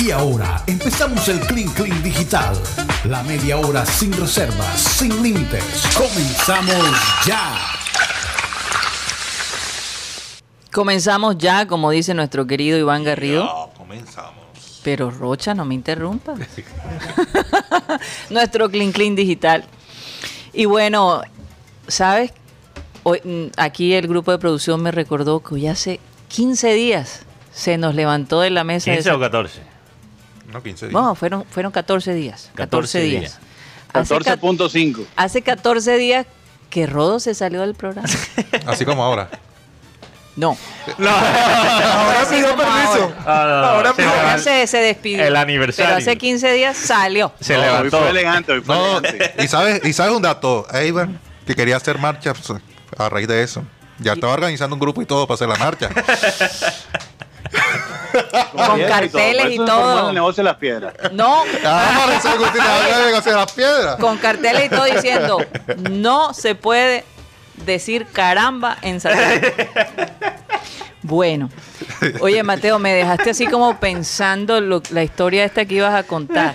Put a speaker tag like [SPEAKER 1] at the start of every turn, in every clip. [SPEAKER 1] Y ahora empezamos el Clean Clean Digital. La media hora sin reservas, sin límites. Comenzamos ya.
[SPEAKER 2] Comenzamos ya, como dice nuestro querido Iván Garrido.
[SPEAKER 3] Ya, comenzamos.
[SPEAKER 2] Pero Rocha, no me interrumpas. nuestro Clean Clean Digital. Y bueno, ¿sabes? Hoy, mm, aquí el grupo de producción me recordó que hoy hace 15 días se nos levantó de la mesa. de
[SPEAKER 4] 15 o 14.
[SPEAKER 3] No, 15 días.
[SPEAKER 2] No, fueron, fueron 14 días. 14,
[SPEAKER 4] 14
[SPEAKER 2] días.
[SPEAKER 4] días.
[SPEAKER 2] Hace ca-
[SPEAKER 5] 14.5.
[SPEAKER 2] Hace 14 días que Rodo se salió del programa.
[SPEAKER 3] Así como ahora.
[SPEAKER 2] No.
[SPEAKER 4] No,
[SPEAKER 3] Ahora
[SPEAKER 2] pidió como permiso. ahora.
[SPEAKER 4] ahora
[SPEAKER 3] se
[SPEAKER 2] Ahora se, se despidió.
[SPEAKER 4] El aniversario.
[SPEAKER 2] Pero hace 15 días salió.
[SPEAKER 4] se
[SPEAKER 5] No,
[SPEAKER 4] levantó.
[SPEAKER 5] Hoy fue elegante, hoy fue
[SPEAKER 3] No,
[SPEAKER 5] elegante.
[SPEAKER 3] y sabes, y sabes un dato, Eibar, que quería hacer marcha pues, a raíz de eso. Ya estaba organizando un grupo y todo para hacer la marcha.
[SPEAKER 2] Con
[SPEAKER 5] Eso
[SPEAKER 2] carteles y
[SPEAKER 5] eso se formó
[SPEAKER 2] todo.
[SPEAKER 5] el negocio de las piedras.
[SPEAKER 2] No.
[SPEAKER 3] Ah, por eso Agustín, ahora deben hacer las piedras.
[SPEAKER 2] Con carteles y todo diciendo, no se puede decir caramba en satélite. Bueno, oye Mateo, me dejaste así como pensando lo- la historia esta que ibas a contar.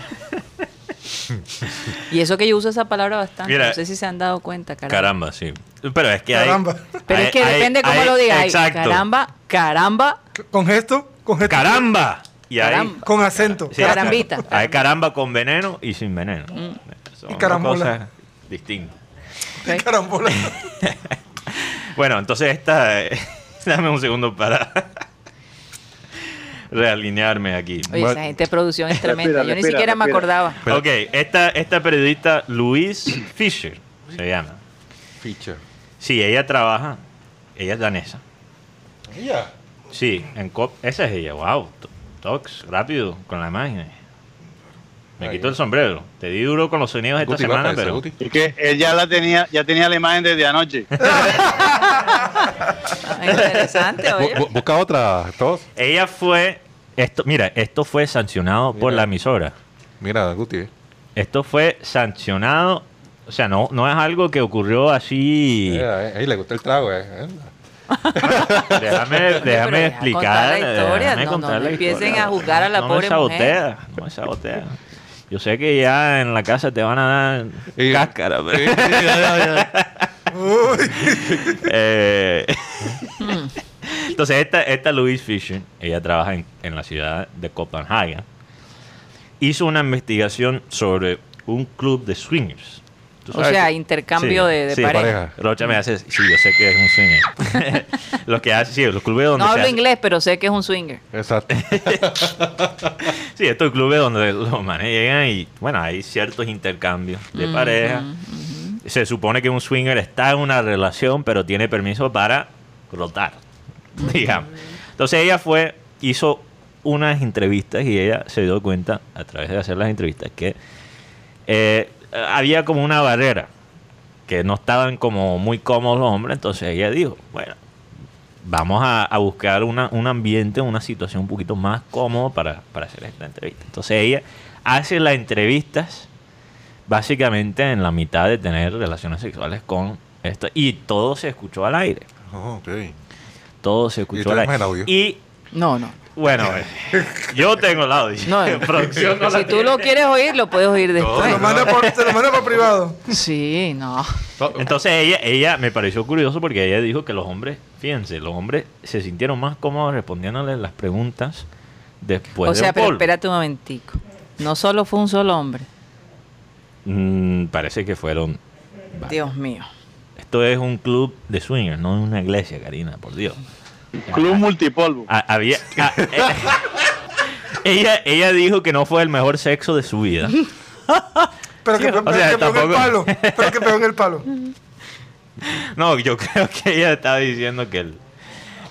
[SPEAKER 2] Y eso que yo uso esa palabra bastante,
[SPEAKER 4] Mira.
[SPEAKER 2] no sé si se han dado cuenta, caramba.
[SPEAKER 4] Caramba, sí. Pero es que hay-
[SPEAKER 6] Caramba.
[SPEAKER 2] Pero
[SPEAKER 4] hay-
[SPEAKER 2] es que
[SPEAKER 4] hay-
[SPEAKER 2] depende cómo
[SPEAKER 4] hay-
[SPEAKER 2] lo digas. Hay
[SPEAKER 4] Exacto.
[SPEAKER 2] Caramba, caramba,
[SPEAKER 6] Con gesto, con gesto.
[SPEAKER 4] Caramba. Y hay-
[SPEAKER 2] Caramba.
[SPEAKER 6] Con acento.
[SPEAKER 4] sí,
[SPEAKER 2] Carambita. Mm.
[SPEAKER 4] Hay caramba con veneno y sin veneno. Son
[SPEAKER 6] Y
[SPEAKER 4] dos
[SPEAKER 6] carambola.
[SPEAKER 4] cosas distintas.
[SPEAKER 2] ¿ok?
[SPEAKER 6] Carambola.
[SPEAKER 4] Bueno, entonces esta. eh, dame un segundo para realinearme aquí.
[SPEAKER 2] Oye, esa gente de producción es tremenda. Yo ni
[SPEAKER 5] respira,
[SPEAKER 2] siquiera me
[SPEAKER 5] respira.
[SPEAKER 2] acordaba.
[SPEAKER 3] Espera.
[SPEAKER 4] Ok, esta, esta periodista Louise Fisher se llama.
[SPEAKER 3] Ficha.
[SPEAKER 4] Sí, ella trabaja. Ella es danesa.
[SPEAKER 3] Ya.
[SPEAKER 4] Sí, en COP. Esa es ella. Wow. to- Tox, rápido, con la imagen. Me
[SPEAKER 3] Ahí.
[SPEAKER 4] quito el sombrero. Te di duro con los sonidos esta
[SPEAKER 3] Guti,
[SPEAKER 4] semana,
[SPEAKER 3] va para esa,
[SPEAKER 4] pero.
[SPEAKER 3] Guti.
[SPEAKER 5] Es que él ya la tenía, ya tenía la imagen desde anoche.
[SPEAKER 2] Ah, Interesante, oye.
[SPEAKER 3] Bu- bu- Busca otra, todos.
[SPEAKER 4] Ella fue. Esto, mira, esto fue sancionado por
[SPEAKER 3] Mira.
[SPEAKER 4] la emisora.
[SPEAKER 3] Mira, Guti. eh.
[SPEAKER 4] Esto fue sancionado. O sea, no, no es algo que ocurrió así.
[SPEAKER 3] Mira, eh, ahí le gustó el trago, eh.
[SPEAKER 4] Déjame,
[SPEAKER 2] Pero
[SPEAKER 4] déjame
[SPEAKER 2] deja
[SPEAKER 4] explicar.
[SPEAKER 2] contar la historia,
[SPEAKER 4] déjame
[SPEAKER 2] no,
[SPEAKER 4] contar
[SPEAKER 2] no
[SPEAKER 4] la
[SPEAKER 2] empiecen
[SPEAKER 4] historia.
[SPEAKER 2] a juzgar a la
[SPEAKER 4] no
[SPEAKER 2] pobre
[SPEAKER 4] me sabotea, No me sabotea. Yo sé que ya en la casa te van a dar
[SPEAKER 3] Y-
[SPEAKER 4] cáscara, pero...
[SPEAKER 3] Sí, sí, ya, ya,
[SPEAKER 4] Eh,
[SPEAKER 2] Mm.
[SPEAKER 4] Entonces, esta, esta Louise Fisher, ella trabaja en, en la ciudad de Copenhague, hizo una investigación sobre un club de swingers. ¿Tú
[SPEAKER 2] O
[SPEAKER 4] sabes
[SPEAKER 2] sea,
[SPEAKER 4] que-
[SPEAKER 2] intercambio de- de
[SPEAKER 3] pareja.
[SPEAKER 4] Rocha me hace, sí, yo sé que es un swinger. los que hace, sí, los clubes donde
[SPEAKER 2] No
[SPEAKER 4] se
[SPEAKER 2] hablo
[SPEAKER 4] hace-
[SPEAKER 2] inglés, pero sé que es un swinger.
[SPEAKER 3] ya. Exacto.
[SPEAKER 4] Sí, estos clubes donde los manes llegan y, bueno, hay ciertos intercambios de pareja. Se supone que un swinger está en una relación, pero tiene permiso para rotar, digamos. Entonces ella fue, hizo unas entrevistas y ella se dio cuenta, a través de hacer las entrevistas, que eh, había como una barrera, que no estaban como muy cómodos los hombres, entonces ella dijo, bueno, vamos a, a buscar una- un ambiente, una situación un poquito más cómodo para, para hacer esta entrevista. Entonces ella hace las entrevistas básicamente en la mitad de tener relaciones sexuales con esto y todo se escuchó al aire.
[SPEAKER 3] Oh, ok.
[SPEAKER 4] Todo se escuchó al aire.
[SPEAKER 3] tenemos el audio?
[SPEAKER 4] Y
[SPEAKER 2] No, no.
[SPEAKER 4] bueno, eh, yo tengo el audio.
[SPEAKER 2] No, eh.
[SPEAKER 4] Producción no la
[SPEAKER 2] Si tú
[SPEAKER 4] tiene.
[SPEAKER 2] lo quieres oír, lo puedes oír
[SPEAKER 6] Se
[SPEAKER 2] después.
[SPEAKER 6] lo manda por, se lo manda por privado.
[SPEAKER 2] Sí, no.
[SPEAKER 4] Entonces ella, ella me pareció curioso porque ella dijo que los hombres, fíjense, los hombres se sintieron más cómodos respondiéndole las preguntas después
[SPEAKER 2] o sea,
[SPEAKER 4] del
[SPEAKER 2] pero
[SPEAKER 4] polvo.
[SPEAKER 2] espérate un momentico. No solo fue un solo hombre.
[SPEAKER 4] Mm, parece que fueron. varios.
[SPEAKER 2] Dios mío.
[SPEAKER 4] Esto es un club de swingers, no una iglesia, Karina, por Dios.
[SPEAKER 5] Club multipolvo.
[SPEAKER 4] Ha- había. ah, eh, ella, ella dijo que no fue el mejor sexo de su vida.
[SPEAKER 6] Pero que,
[SPEAKER 4] o
[SPEAKER 6] pero
[SPEAKER 4] sea,
[SPEAKER 6] que pegó en
[SPEAKER 4] tampoco-
[SPEAKER 6] el palo. Pero que pegó en el palo.
[SPEAKER 4] No, yo creo que ella estaba diciendo que el,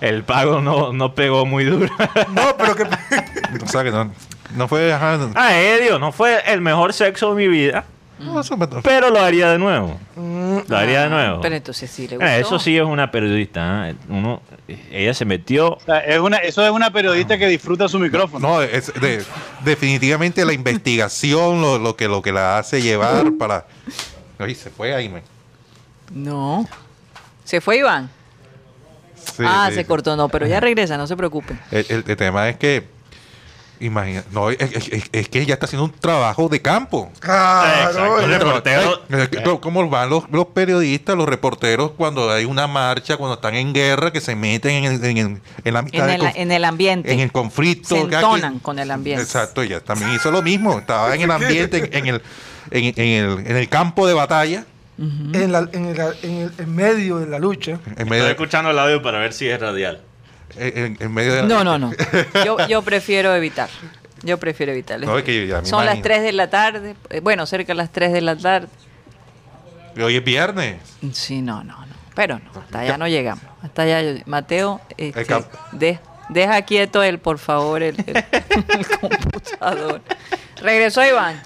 [SPEAKER 4] el pago no, no pegó muy duro.
[SPEAKER 6] No, pero que.
[SPEAKER 3] O sea que no, no fue. Ajá, no,
[SPEAKER 4] ah, ella dijo, no fue el mejor sexo de mi vida,
[SPEAKER 2] Mm.
[SPEAKER 3] no, eso me-
[SPEAKER 4] pero lo haría de nuevo. Lo haría de
[SPEAKER 2] Ah,
[SPEAKER 4] nuevo.
[SPEAKER 2] Pero entonces sí le gustó.
[SPEAKER 4] Ah, eso sí es una periodista. ¿eh? Uno, ella se metió
[SPEAKER 5] O sea, es una, eso es una periodista que disfruta su micrófono.
[SPEAKER 3] No, es de- definitivamente la investigación lo, lo que, lo que la hace llevar para. Ay, se fue ahí, me.
[SPEAKER 2] No. ¿Se fue Iván?
[SPEAKER 3] Sí,
[SPEAKER 2] ah,
[SPEAKER 3] sí,
[SPEAKER 2] se
[SPEAKER 3] sí.
[SPEAKER 2] cortó. No, pero ya regresa, no se preocupe.
[SPEAKER 3] El, el- el tema es que Imagina. No, es, es- es- es que ella está haciendo un trabajo de campo.
[SPEAKER 6] Claro.
[SPEAKER 4] Exacto,
[SPEAKER 6] oye.
[SPEAKER 4] reportero.
[SPEAKER 3] Ay, es que, pero ¿Cómo van los, los periodistas, los reporteros cuando hay una marcha, cuando están en guerra, que se meten en, en- en- en la mitad
[SPEAKER 2] En
[SPEAKER 3] del
[SPEAKER 2] el,
[SPEAKER 3] conf-
[SPEAKER 2] en el ambiente.
[SPEAKER 3] en el conflicto?
[SPEAKER 2] Se
[SPEAKER 3] cada quien-
[SPEAKER 2] entonan con el ambiente.
[SPEAKER 3] Exacto, ella también hizo lo mismo. Estaba en el ambiente, en, en el, en, en el, en el campo de batalla.
[SPEAKER 6] En, la- en el, en el- en medio de la lucha.
[SPEAKER 3] En medio,
[SPEAKER 4] Estoy
[SPEAKER 3] de,
[SPEAKER 4] escuchando el audio para ver si es radial.
[SPEAKER 3] en, en medio de la-
[SPEAKER 2] No, no, no. Yo, yo prefiero evitar. Yo prefiero evitar.
[SPEAKER 3] No, es que ya me
[SPEAKER 2] Son las
[SPEAKER 3] imagino.
[SPEAKER 2] 3 de la tarde. eh, Bueno, cerca de las 3 de la tarde.
[SPEAKER 3] Hoy es viernes.
[SPEAKER 2] Sí, no, no, no. Pero no, hasta allá no llegamos. Hasta allá, yo- Mateo, este,
[SPEAKER 3] cap-
[SPEAKER 2] de- deja quieto él, por favor, el, el- el computador. Regresó Iván.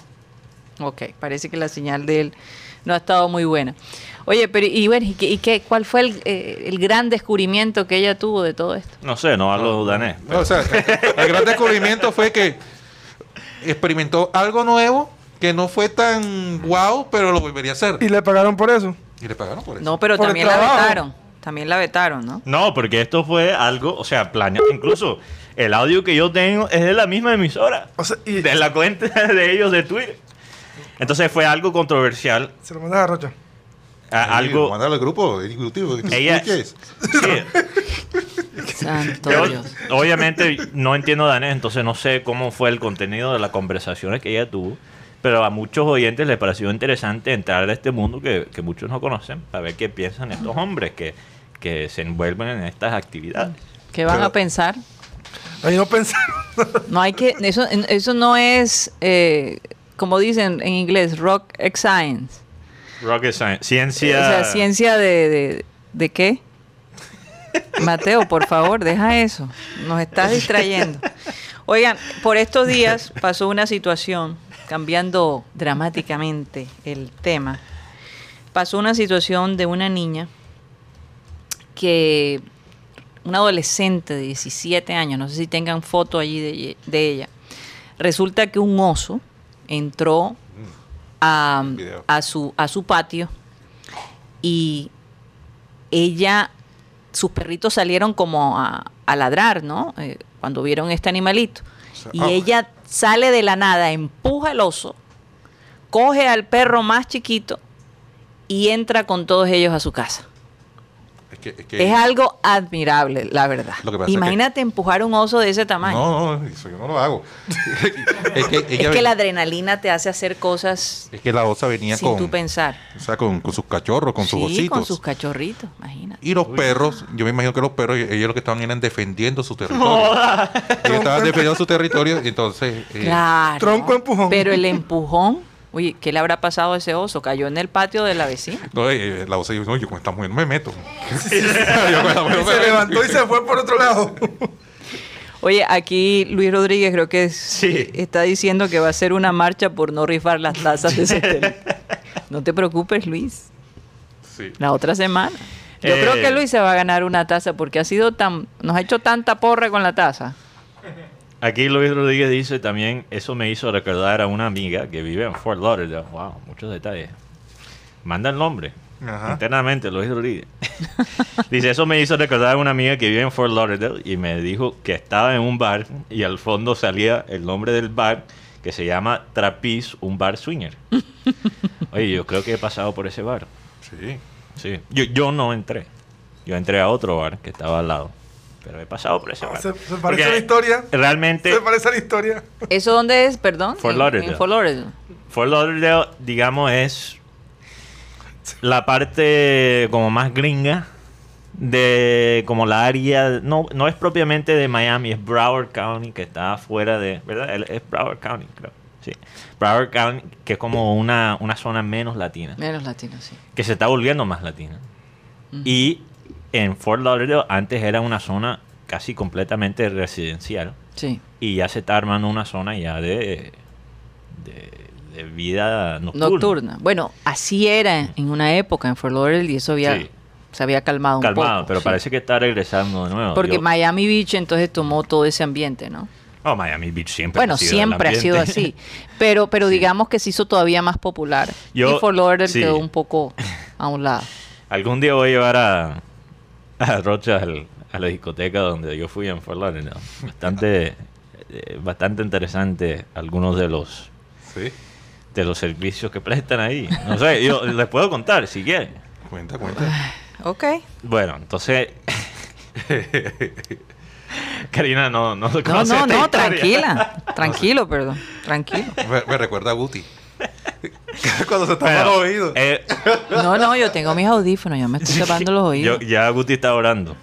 [SPEAKER 2] Ok, parece que la señal de él no ha estado muy buena. Oye, pero y bueno, ¿y, qué, y qué- cuál fue el, eh, el gran descubrimiento que ella tuvo de todo esto?
[SPEAKER 4] No sé, no hablo danés.
[SPEAKER 3] No, o sea, el gran descubrimiento fue que experimentó algo nuevo que no fue tan guau, pero lo volvería a hacer.
[SPEAKER 6] Y le pagaron por eso.
[SPEAKER 3] Y le pagaron por eso.
[SPEAKER 2] No, pero
[SPEAKER 6] Por el
[SPEAKER 2] también la
[SPEAKER 6] trabajo.
[SPEAKER 2] vetaron. También la vetaron, ¿no?
[SPEAKER 4] No, porque esto fue algo, o sea, planeado. Incluso el audio que yo tengo es de la misma emisora.
[SPEAKER 6] O sea, y-
[SPEAKER 4] de la cuenta de ellos de Twitter. Entonces fue algo controversial.
[SPEAKER 6] Se lo mandas a Rocha.
[SPEAKER 4] a-
[SPEAKER 3] Sí,
[SPEAKER 4] algo.
[SPEAKER 3] Mándalo al grupo ejecutivo. que
[SPEAKER 4] Ella-
[SPEAKER 3] escuches.
[SPEAKER 4] Sí,
[SPEAKER 2] Santo
[SPEAKER 4] yo,
[SPEAKER 2] Dios.
[SPEAKER 4] obviamente no entiendo danés, entonces no sé cómo fue el contenido de las conversaciones que ella tuvo. Pero a muchos oyentes les pareció interesante entrar a este mundo que, que muchos no conocen para ver qué piensan estos hombres que, que se envuelven en estas actividades.
[SPEAKER 2] ¿Qué van
[SPEAKER 3] Pero-
[SPEAKER 2] a pensar?
[SPEAKER 6] Ahí no pensaron.
[SPEAKER 2] No hay que, eso, eso no es, eh, como dicen en inglés, rock ex science.
[SPEAKER 4] Rocket science.
[SPEAKER 2] O
[SPEAKER 4] Ciencia.
[SPEAKER 2] sea, ciencia de, de, de qué? Mateo, por favor, deja eso. Nos estás distrayendo. Oigan, por estos días pasó una situación, cambiando dramáticamente el tema, pasó una situación de una niña que, una adolescente de 17 años, no sé si tengan foto allí de, de ella, resulta que un oso entró a,
[SPEAKER 3] Video.
[SPEAKER 2] a su, a su patio y ella, sus perritos salieron como a, a ladrar, ¿no? Eh, cuando vieron este animalito. Y
[SPEAKER 3] ah.
[SPEAKER 2] ella sale de la nada, empuja al oso, coge al perro más chiquito y entra con todos ellos a su casa.
[SPEAKER 3] Es que- es que-
[SPEAKER 2] Es algo admirable, la verdad.
[SPEAKER 3] Lo que pasa es que-
[SPEAKER 2] Imagínate empujar un oso de ese tamaño.
[SPEAKER 3] No, no, eso yo no lo hago. es que,
[SPEAKER 2] es que
[SPEAKER 3] ella ve-
[SPEAKER 2] la adrenalina te hace hacer cosas
[SPEAKER 3] es que la osa venía
[SPEAKER 2] sin
[SPEAKER 3] con,
[SPEAKER 2] tú pensar.
[SPEAKER 3] o sea, con, con sus cachorros, con sus
[SPEAKER 2] sí,
[SPEAKER 3] ositos.
[SPEAKER 2] con sus cachorritos, imagínate.
[SPEAKER 3] Y los perros, yo me imagino que los perros, ellos lo que estaban eran defendiendo su territorio. ellos estaban defendiendo su territorio, y entonces. eh,
[SPEAKER 2] Claro.
[SPEAKER 6] Tronco empujón.
[SPEAKER 2] Pero el empujón, oye, ¿qué le habrá pasado a ese oso? Cayó en el patio de la vecina.
[SPEAKER 3] no, eh, la osa dijo, no, yo con esta mujer no me meto. Yo con esta mujer no
[SPEAKER 6] Y
[SPEAKER 3] me
[SPEAKER 6] se
[SPEAKER 3] meto.
[SPEAKER 6] levantó y se fue por otro lado.
[SPEAKER 2] Oye, aquí Luis Rodríguez creo que es-
[SPEAKER 4] Sí.
[SPEAKER 2] está diciendo que va a hacer una marcha por no rifar las tazas de satélite. No te preocupes, Luis.
[SPEAKER 3] Sí.
[SPEAKER 2] La otra semana. Yo
[SPEAKER 4] Eh.
[SPEAKER 2] creo que Luis se va a ganar una taza porque ha sido tan, nos ha hecho tanta porra con la taza.
[SPEAKER 4] Aquí Luis Rodríguez dice también, eso me hizo recordar a una amiga que vive en Fort Lauderdale. Wow, muchos detalles. Manda el nombre.
[SPEAKER 3] Ajá.
[SPEAKER 4] Internamente, Luis Rodríguez. dice, eso me hizo recordar a una amiga que vive en Fort Lauderdale y me dijo que estaba en un bar y al fondo salía el nombre del bar que se llama Trapiz, un bar swinger. Oye, yo creo que he pasado por ese bar.
[SPEAKER 3] Sí.
[SPEAKER 4] Sí. Yo, yo no entré. Yo entré a otro bar que estaba al lado. Pero he pasado por ese bar.
[SPEAKER 6] Ah, Se, se
[SPEAKER 4] Porque
[SPEAKER 6] parece a la historia.
[SPEAKER 4] Realmente...
[SPEAKER 6] Se parece a la historia.
[SPEAKER 2] ¿Eso dónde es, perdón?
[SPEAKER 4] Fort
[SPEAKER 2] En-
[SPEAKER 4] Lauderdale.
[SPEAKER 2] en Fort Lauderdale.
[SPEAKER 4] Fort Lauderdale, digamos, es la parte como más gringa de como la área, no, no es propiamente de Miami, es Broward County, que está afuera de, ¿verdad? El- Es Broward County, creo. Sí. Broward County, que es como una, una zona menos latina,
[SPEAKER 2] Menos latinos, sí.
[SPEAKER 4] que se está volviendo más latina. Y en Fort Lauderdale antes era una zona casi completamente residencial
[SPEAKER 2] Sí.
[SPEAKER 4] y ya se está armando una zona ya de, de, de vida nocturna.
[SPEAKER 2] Nocturna. Bueno, así era en una época en Fort Lauderdale y eso había,
[SPEAKER 4] Sí.
[SPEAKER 2] se había calmado un
[SPEAKER 4] Calmado,
[SPEAKER 2] poco.
[SPEAKER 4] pero
[SPEAKER 2] sí.
[SPEAKER 4] parece que está regresando de nuevo.
[SPEAKER 2] Porque
[SPEAKER 4] Yo-
[SPEAKER 2] Miami Beach entonces tomó todo ese ambiente, ¿no?
[SPEAKER 4] Oh, Miami Beach siempre
[SPEAKER 2] bueno,
[SPEAKER 4] ha sido el
[SPEAKER 2] siempre ha sido
[SPEAKER 4] ambiente.
[SPEAKER 2] así. Pero, pero digamos que se hizo todavía más popular.
[SPEAKER 4] Yo-
[SPEAKER 2] y Fort Lauderdale
[SPEAKER 4] sí.
[SPEAKER 2] quedó un poco a un lado.
[SPEAKER 4] Algún día voy a llevar a, a Rocha al- a la discoteca donde yo fui en Fort Lauderdale. Bastante... eh, bastante interesante algunos de los
[SPEAKER 3] Sí.
[SPEAKER 4] de los servicios que prestan ahí. No sé, yo les puedo contar si quieren.
[SPEAKER 3] Cuenta, cuenta.
[SPEAKER 2] Ok.
[SPEAKER 4] Bueno, entonces. Karina, no, no
[SPEAKER 2] No,
[SPEAKER 4] conoce
[SPEAKER 2] no,
[SPEAKER 4] esta
[SPEAKER 2] no,
[SPEAKER 4] historia.
[SPEAKER 2] tranquila. Tranquilo, perdón. Tranquilo.
[SPEAKER 3] Me, me recuerda a Guti. Cuando se tapa
[SPEAKER 4] Bueno,
[SPEAKER 3] los oídos.
[SPEAKER 4] eh,
[SPEAKER 2] No, no, yo tengo mis audífonos, yo me estoy tapando los oídos.
[SPEAKER 4] yo- ya Guti está orando.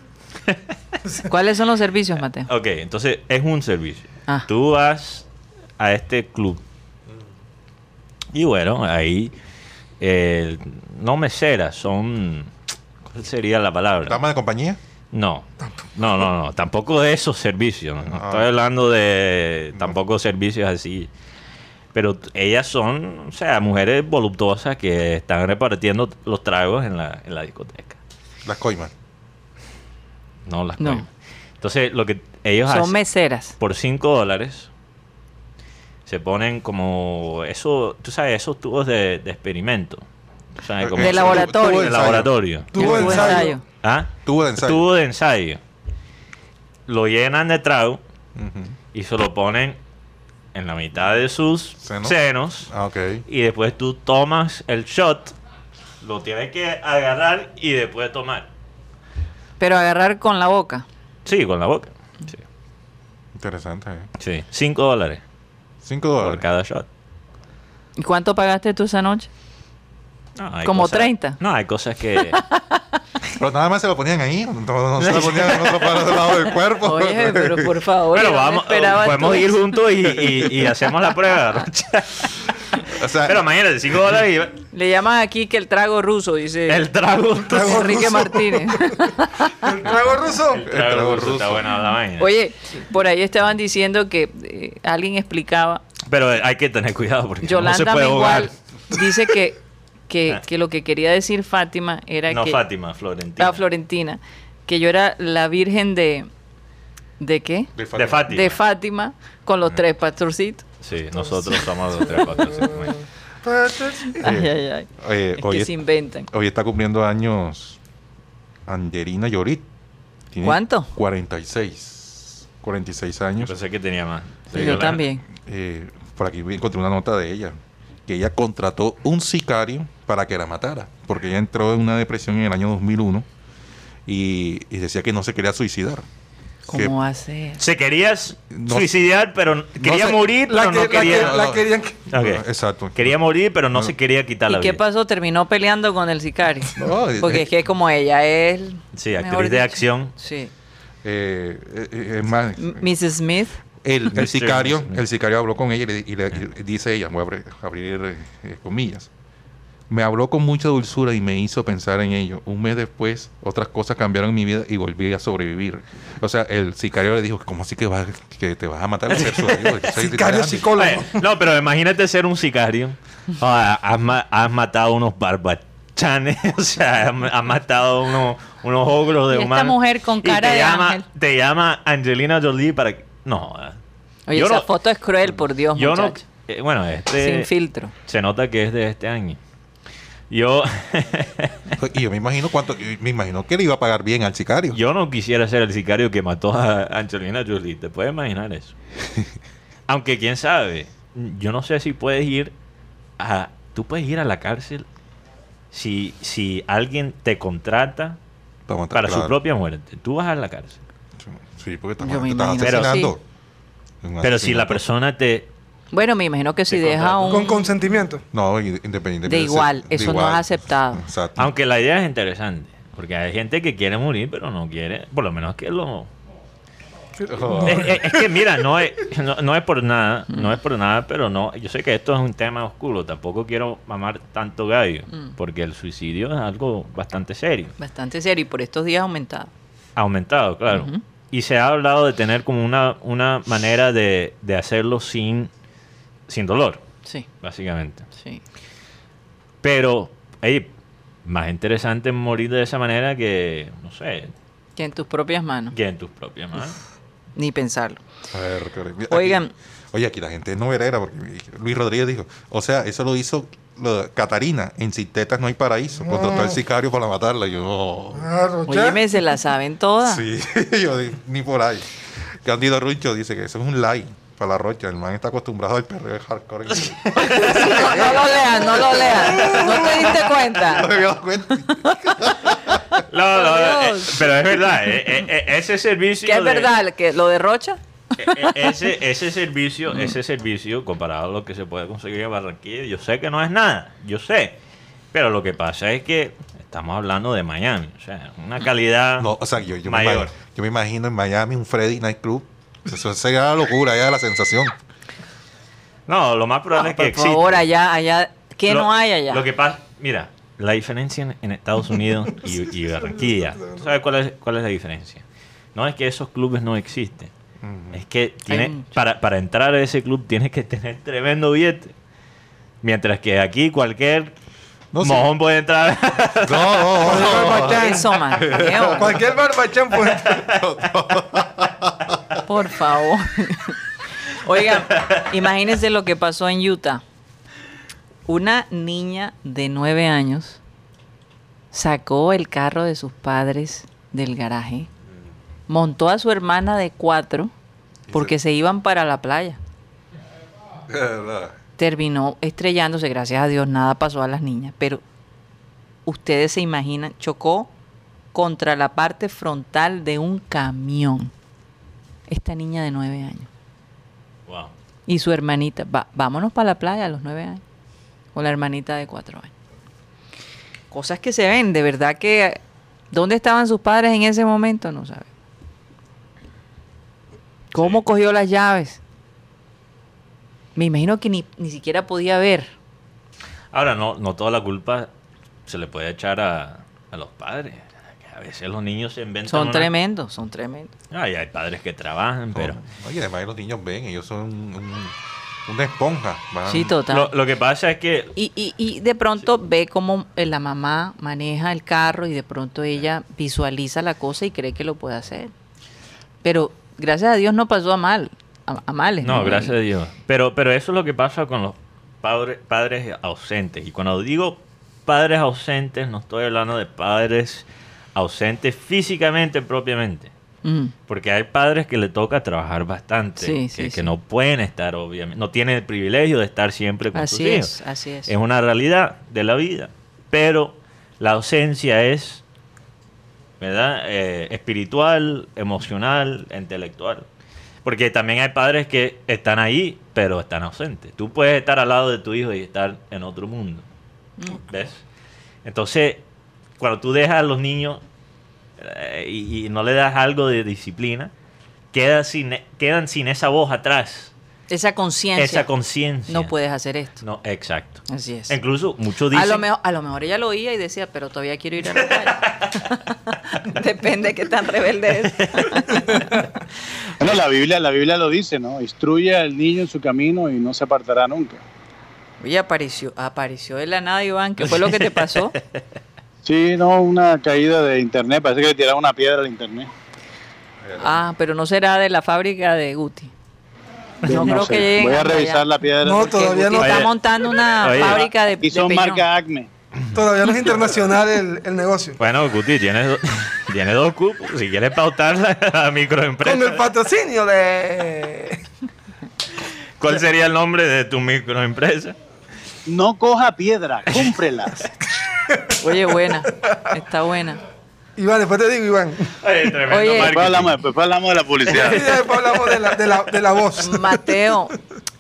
[SPEAKER 2] ¿Cuáles son los servicios, Mateo?
[SPEAKER 4] Ok, entonces es un servicio.
[SPEAKER 2] Ah.
[SPEAKER 4] Tú vas a este club. Y bueno, ahí eh, no meseras, son. ¿Cuál sería la palabra?
[SPEAKER 3] Dama de compañía.
[SPEAKER 4] No. No, no, no. Tampoco de esos servicios. No,
[SPEAKER 3] Ah.
[SPEAKER 4] estoy hablando de tampoco servicios así. Pero t- ellas son, o sea, mujeres voluptuosas que están repartiendo t- los tragos en la, en la discoteca.
[SPEAKER 3] Las coimas.
[SPEAKER 4] No las
[SPEAKER 2] No.
[SPEAKER 4] coimas. Entonces, lo que ellos
[SPEAKER 2] Son
[SPEAKER 4] hacen
[SPEAKER 2] meseras.
[SPEAKER 4] por 5 dólares se ponen como eso, tú sabes, esos tubos de, de experimento. O sea,
[SPEAKER 3] Eh,
[SPEAKER 4] como-
[SPEAKER 3] eh,
[SPEAKER 2] De laboratorio.
[SPEAKER 3] tubo
[SPEAKER 4] De
[SPEAKER 3] ensayo.
[SPEAKER 4] laboratorio.
[SPEAKER 6] Tubo
[SPEAKER 2] Yo
[SPEAKER 6] de
[SPEAKER 2] tuve
[SPEAKER 6] ensayo.
[SPEAKER 4] ¿Ah?
[SPEAKER 3] Tubo de ensayo.
[SPEAKER 4] Tubo de ensayo. Lo llenan de trago.
[SPEAKER 3] Ujú.
[SPEAKER 4] y se lo ponen en la mitad de sus
[SPEAKER 3] Senos.
[SPEAKER 4] senos
[SPEAKER 3] Ah, ok.
[SPEAKER 4] y después tú tomas el shot, lo tienes que agarrar y después tomar.
[SPEAKER 2] Pero agarrar con la boca.
[SPEAKER 4] Sí, con la boca. Sí.
[SPEAKER 3] Interesante. ¿eh?
[SPEAKER 4] Sí. Cinco dólares
[SPEAKER 3] Cinco
[SPEAKER 4] por
[SPEAKER 3] dólares.
[SPEAKER 4] cada shot.
[SPEAKER 2] ¿Y cuánto pagaste tú esa noche?
[SPEAKER 4] No, hay
[SPEAKER 2] Como
[SPEAKER 4] cosas-
[SPEAKER 2] 30.
[SPEAKER 4] No, hay cosas que...
[SPEAKER 3] Pero nada más se lo ponían ahí. No, no se lo ponían en otro par del lado del cuerpo.
[SPEAKER 2] Oye, pero por favor.
[SPEAKER 4] bueno,
[SPEAKER 2] yo no
[SPEAKER 4] vamos,
[SPEAKER 2] esperaba
[SPEAKER 4] podemos
[SPEAKER 2] tú
[SPEAKER 4] ir
[SPEAKER 2] eso.
[SPEAKER 4] juntos y, y- y hacemos la prueba. Rocha.
[SPEAKER 3] o sea,
[SPEAKER 4] Pero imagínate, cinco dólares y
[SPEAKER 2] Le llaman aquí que el trago ruso, dice
[SPEAKER 4] el trago...
[SPEAKER 2] Enrique Martínez.
[SPEAKER 6] El trago ruso.
[SPEAKER 4] El trago ruso está
[SPEAKER 3] ruso.
[SPEAKER 4] buena la vaina.
[SPEAKER 2] Oye, por ahí estaban diciendo que eh, alguien explicaba
[SPEAKER 4] Pero eh, hay que tener cuidado porque no se
[SPEAKER 2] Yolanda
[SPEAKER 4] puede
[SPEAKER 2] Mengual
[SPEAKER 4] ahogar.
[SPEAKER 2] dice que, que, que lo que quería decir Fátima era
[SPEAKER 4] No
[SPEAKER 2] que
[SPEAKER 4] Fátima, Florentina.
[SPEAKER 2] a Florentina, que yo era la virgen de ¿de qué?
[SPEAKER 3] De
[SPEAKER 4] De Fátima. Ah.
[SPEAKER 2] De Fátima con los tres pastorcitos.
[SPEAKER 4] Sí, nosotros somos los tres patrocinios.
[SPEAKER 2] Ay, ay, ay.
[SPEAKER 3] Oye,
[SPEAKER 2] Es que
[SPEAKER 3] Eh, oye,
[SPEAKER 2] se inventan.
[SPEAKER 3] hoy está cumpliendo años Angelina Jolie. Tiene
[SPEAKER 2] ¿Cuánto?
[SPEAKER 3] 46. 46
[SPEAKER 4] Yo
[SPEAKER 3] años.
[SPEAKER 4] pensé que tenía más.
[SPEAKER 2] Y yo también.
[SPEAKER 3] Eh, por aquí encontré una nota de ella. Que ella contrató un sicario para que la matara. Porque ella entró en una depresión en el año 2001. Y, y decía que no se quería suicidar.
[SPEAKER 2] ¿Cómo va a ser?
[SPEAKER 4] Se querías
[SPEAKER 3] No-
[SPEAKER 4] suicidar, pero quería
[SPEAKER 3] se-
[SPEAKER 4] morir,
[SPEAKER 6] La,
[SPEAKER 4] pero no
[SPEAKER 6] que, la, que,
[SPEAKER 4] quería.
[SPEAKER 3] no,
[SPEAKER 6] la
[SPEAKER 3] no.
[SPEAKER 6] querían que...
[SPEAKER 4] Ok.
[SPEAKER 3] Exacto.
[SPEAKER 4] Quería morir, pero no se quería quitar la
[SPEAKER 2] ¿Y qué
[SPEAKER 4] vida.
[SPEAKER 2] pasó? Terminó peleando con el sicario.
[SPEAKER 3] No, eh,
[SPEAKER 2] Porque es que como ella es...
[SPEAKER 4] Sí,
[SPEAKER 2] mejor
[SPEAKER 4] actriz de
[SPEAKER 2] dicho.
[SPEAKER 4] acción.
[SPEAKER 2] Sí.
[SPEAKER 3] Eh, eh, eh, es más,
[SPEAKER 2] M- Mrs. Smith.
[SPEAKER 3] el,
[SPEAKER 4] Mr.
[SPEAKER 3] el sicario,
[SPEAKER 4] Smith.
[SPEAKER 3] el sicario habló con ella y, le, y le- y le dice ella, voy a abrir, abrir, eh, eh, comillas. Me habló con mucha dulzura y me hizo pensar en ello. Un mes después, otras cosas cambiaron en mi vida y volví a sobrevivir. O sea, el sicario le dijo, ¿cómo así que, vas, que te vas a matar? Ser su amigo?" Yo soy
[SPEAKER 6] Sicario
[SPEAKER 3] Andy.
[SPEAKER 6] psicólogo.
[SPEAKER 4] Oye, no, pero imagínate ser un sicario. Ah, has, ma- has matado unos barbachanes, o sea, has, ma- has matado unos, unos ogros de
[SPEAKER 2] Y esta
[SPEAKER 4] humanos.
[SPEAKER 2] mujer con
[SPEAKER 4] Y
[SPEAKER 2] cara
[SPEAKER 4] te
[SPEAKER 2] de
[SPEAKER 4] llama,
[SPEAKER 2] ángel.
[SPEAKER 4] Te llama Angelina Jolie para que... No, eh.
[SPEAKER 2] Oye,
[SPEAKER 4] Yo
[SPEAKER 2] esa
[SPEAKER 4] no-
[SPEAKER 2] foto es cruel, por Dios,
[SPEAKER 4] yo no...
[SPEAKER 2] muchacho.
[SPEAKER 4] eh, bueno, este...
[SPEAKER 2] Sin filtro.
[SPEAKER 4] Se nota que es de este año. Yo,
[SPEAKER 3] Y yo me imagino cuánto, y me imagino que le iba a pagar bien al sicario.
[SPEAKER 4] yo no quisiera ser el sicario que mató a Angelina Jolie. Te puedes imaginar eso. Aunque quién sabe, yo no sé si puedes ir a. Tú puedes ir a la cárcel si, si alguien te contrata
[SPEAKER 3] Para matar-
[SPEAKER 4] para su
[SPEAKER 3] claro.
[SPEAKER 4] propia muerte. Tú vas a la cárcel.
[SPEAKER 3] Sí, porque estás,
[SPEAKER 2] Yo me
[SPEAKER 3] te estás
[SPEAKER 2] imagino
[SPEAKER 4] que
[SPEAKER 3] asesinando. Un
[SPEAKER 4] Pero si la
[SPEAKER 3] asesinato.
[SPEAKER 4] persona te.
[SPEAKER 2] Bueno, me imagino que si
[SPEAKER 4] Te
[SPEAKER 2] deja
[SPEAKER 4] contratan.
[SPEAKER 2] un...
[SPEAKER 6] Con consentimiento.
[SPEAKER 3] No, inde- independiente.
[SPEAKER 2] De igual, eso no es aceptado.
[SPEAKER 3] Exacto.
[SPEAKER 4] Aunque la idea es interesante. Porque hay gente que quiere morir, pero no quiere. Por lo menos que lo,
[SPEAKER 3] Oh.
[SPEAKER 4] Es, Eh, es- es que mira, no es, no, no es por nada, no es por nada, pero no, yo sé que esto es un tema oscuro, tampoco quiero mamar tanto gallo,
[SPEAKER 2] Mm.
[SPEAKER 4] porque el suicidio es algo bastante serio,
[SPEAKER 2] Bastante serio y por estos días aumentado.
[SPEAKER 4] aumentado, claro. Y se ha hablado de tener como una, una manera de, de hacerlo sin, sin dolor,
[SPEAKER 2] Sí,
[SPEAKER 4] básicamente.
[SPEAKER 2] sí.
[SPEAKER 4] Pero, ey, más interesante morir de esa manera que, no sé,
[SPEAKER 2] Que en tus propias manos.
[SPEAKER 4] que en tus propias manos.
[SPEAKER 2] Ni pensarlo.
[SPEAKER 3] A ver, Karen, mira,
[SPEAKER 2] Oigan.
[SPEAKER 3] aquí- oye, aquí la gente es novelera, porque Luis Rodríguez dijo, o sea, eso lo hizo lo- Catarina, en Sintetas no hay paraíso, contrató al sicario para matarla. Y Yo, no.
[SPEAKER 6] Ah, Rocha.
[SPEAKER 2] Óyeme, se la saben todas.
[SPEAKER 3] sí, yo di- ni por ahí. Cándido Rucho dice que eso es un lie. para la rocha. El man está acostumbrado al perreo de hardcore. No
[SPEAKER 2] No, no lo leas, no lo leas. No te diste cuenta.
[SPEAKER 3] me había dado cuenta.
[SPEAKER 4] No, no, no,
[SPEAKER 2] Dios.
[SPEAKER 4] eh, pero es verdad, eh, eh, eh, ese servicio.
[SPEAKER 2] Que es
[SPEAKER 4] de-
[SPEAKER 2] verdad, que lo derrocha.
[SPEAKER 4] eh, eh, ese, ese servicio, ese servicio, comparado a lo que se puede conseguir en Barranquilla, yo sé que no es nada, yo sé. Pero lo que pasa es que estamos hablando de Miami, o sea, una calidad
[SPEAKER 3] No, o sea, yo, yo, me,
[SPEAKER 4] mayor.
[SPEAKER 3] imagino, yo me imagino en Miami un Freddy Night Club. Eso sería la locura, ya la sensación.
[SPEAKER 4] No, lo más probable
[SPEAKER 2] Ah,
[SPEAKER 4] es que
[SPEAKER 2] por
[SPEAKER 4] exista.
[SPEAKER 2] favor, allá, allá. ¿Qué
[SPEAKER 4] Lo-
[SPEAKER 2] no hay allá?
[SPEAKER 4] Lo que pasa, mira, la diferencia en, en Estados Unidos y, y Barranquilla, ¿tú ¿sabes cuál es, cuál es la diferencia? No es que esos clubes no existen. Es que tiene,
[SPEAKER 2] muchos.
[SPEAKER 4] para, para entrar a ese club tienes que tener tremendo billete. Mientras que aquí cualquier
[SPEAKER 3] No, sí.
[SPEAKER 4] mojón puede entrar.
[SPEAKER 3] No, no, no.
[SPEAKER 2] Eso, man.
[SPEAKER 6] Cualquier barbachán pues, puede.
[SPEAKER 2] Por favor. Oigan, imagínense lo que pasó en Utah. Una niña de nueve años sacó el carro de sus padres del garaje, montó a su hermana de cuatro porque se iban para la playa.
[SPEAKER 3] De verdad.
[SPEAKER 2] Terminó estrellándose, gracias a Dios nada pasó a las niñas, pero ustedes se imaginan, chocó contra la parte frontal de un camión. Esta niña de nueve años.
[SPEAKER 4] Wow.
[SPEAKER 2] Y su hermanita, va- vámonos para la playa a los nueve años. O la hermanita de cuatro años. Cosas que se ven, de verdad que. ¿Dónde estaban sus padres en ese momento? No sabe. ¿Cómo cogió las llaves? Me imagino que ni, ni siquiera podía ver.
[SPEAKER 4] Ahora, no, no toda la culpa se le puede echar a, a los padres. A veces los niños se inventan.
[SPEAKER 2] Son
[SPEAKER 4] una-
[SPEAKER 2] tremendos, son tremendos.
[SPEAKER 4] Ay, hay padres que trabajan, pero.
[SPEAKER 3] Oye, además los niños ven, ellos son un- un- una esponja. van-
[SPEAKER 2] Sí, total.
[SPEAKER 4] Lo, lo que pasa es que
[SPEAKER 2] Y, y, y de pronto ve cómo eh, la mamá maneja el carro y de pronto ella visualiza la cosa y cree que lo puede hacer. Pero gracias a Dios no pasó a mal, a, a males.
[SPEAKER 4] No, gracias a Dios. Pero, pero eso es lo que pasa con los padre- padres ausentes. Y cuando digo padres ausentes, no estoy hablando de padres ausentes físicamente propiamente.
[SPEAKER 2] Mm,
[SPEAKER 4] Porque hay padres que le toca trabajar bastante,
[SPEAKER 2] Sí,
[SPEAKER 4] que,
[SPEAKER 2] sí,
[SPEAKER 4] que
[SPEAKER 2] sí.
[SPEAKER 4] no pueden estar, obviamente, no tienen el privilegio de estar siempre con sus
[SPEAKER 2] así es,
[SPEAKER 4] hijos.
[SPEAKER 2] así es.
[SPEAKER 4] Es una realidad de la vida. Pero la ausencia es, ¿verdad? Eh, espiritual, emocional, intelectual. Porque también hay padres que están ahí, pero están ausentes. Tú puedes estar al lado de tu hijo y estar en otro mundo. ¿Ves? Entonces, cuando tú dejas a los niños eh, y, y no le das algo de disciplina, quedan sin, quedan sin esa voz atrás,
[SPEAKER 2] Esa conciencia.
[SPEAKER 4] esa conciencia.
[SPEAKER 2] No puedes hacer esto.
[SPEAKER 4] No, exacto.
[SPEAKER 2] Así es.
[SPEAKER 4] Incluso muchos dicen.
[SPEAKER 2] A lo, mejor, a lo mejor ella lo oía y decía, pero todavía quiero ir a la playa. Depende de qué tan rebelde es.
[SPEAKER 5] Bueno, la Biblia, la Biblia lo dice, ¿no? Instruye al niño en su camino y no se apartará nunca.
[SPEAKER 2] Oye, apareció, apareció de la nada, Iván. ¿Qué fue lo que te pasó?
[SPEAKER 5] Sí, no, una caída de internet, parece que le tiraron una piedra al internet.
[SPEAKER 2] Ah, pero no será de la fábrica de Guti. No, creo
[SPEAKER 5] sé,
[SPEAKER 2] que lleguen
[SPEAKER 5] Voy a
[SPEAKER 2] hasta
[SPEAKER 5] revisar
[SPEAKER 2] allá.
[SPEAKER 5] la piedra.
[SPEAKER 6] No,
[SPEAKER 2] Porque
[SPEAKER 6] todavía
[SPEAKER 2] Guti
[SPEAKER 6] no.
[SPEAKER 2] está
[SPEAKER 4] Oye.
[SPEAKER 2] montando una
[SPEAKER 4] Oye.
[SPEAKER 2] fábrica de,
[SPEAKER 5] y
[SPEAKER 2] de
[SPEAKER 5] son
[SPEAKER 2] peñón.
[SPEAKER 5] marca Acme.
[SPEAKER 6] Todavía no es internacional el, el negocio.
[SPEAKER 4] Bueno, Guti, tienes, do- tienes dos cupos. Si quieres pautar la, la microempresa,
[SPEAKER 6] Con el patrocinio de.
[SPEAKER 4] ¿cuál sería el nombre de tu microempresa?
[SPEAKER 5] No coja piedra, cómprela.
[SPEAKER 2] Oye, buena. Está buena.
[SPEAKER 6] Iván, después te digo, Iván.
[SPEAKER 4] Oye, tremendo
[SPEAKER 2] Oye.
[SPEAKER 4] marketing.
[SPEAKER 5] después, hablamos, después hablamos de la
[SPEAKER 6] Y
[SPEAKER 5] publicidad.
[SPEAKER 6] después hablamos de la, de la, de la voz.
[SPEAKER 2] Mateo,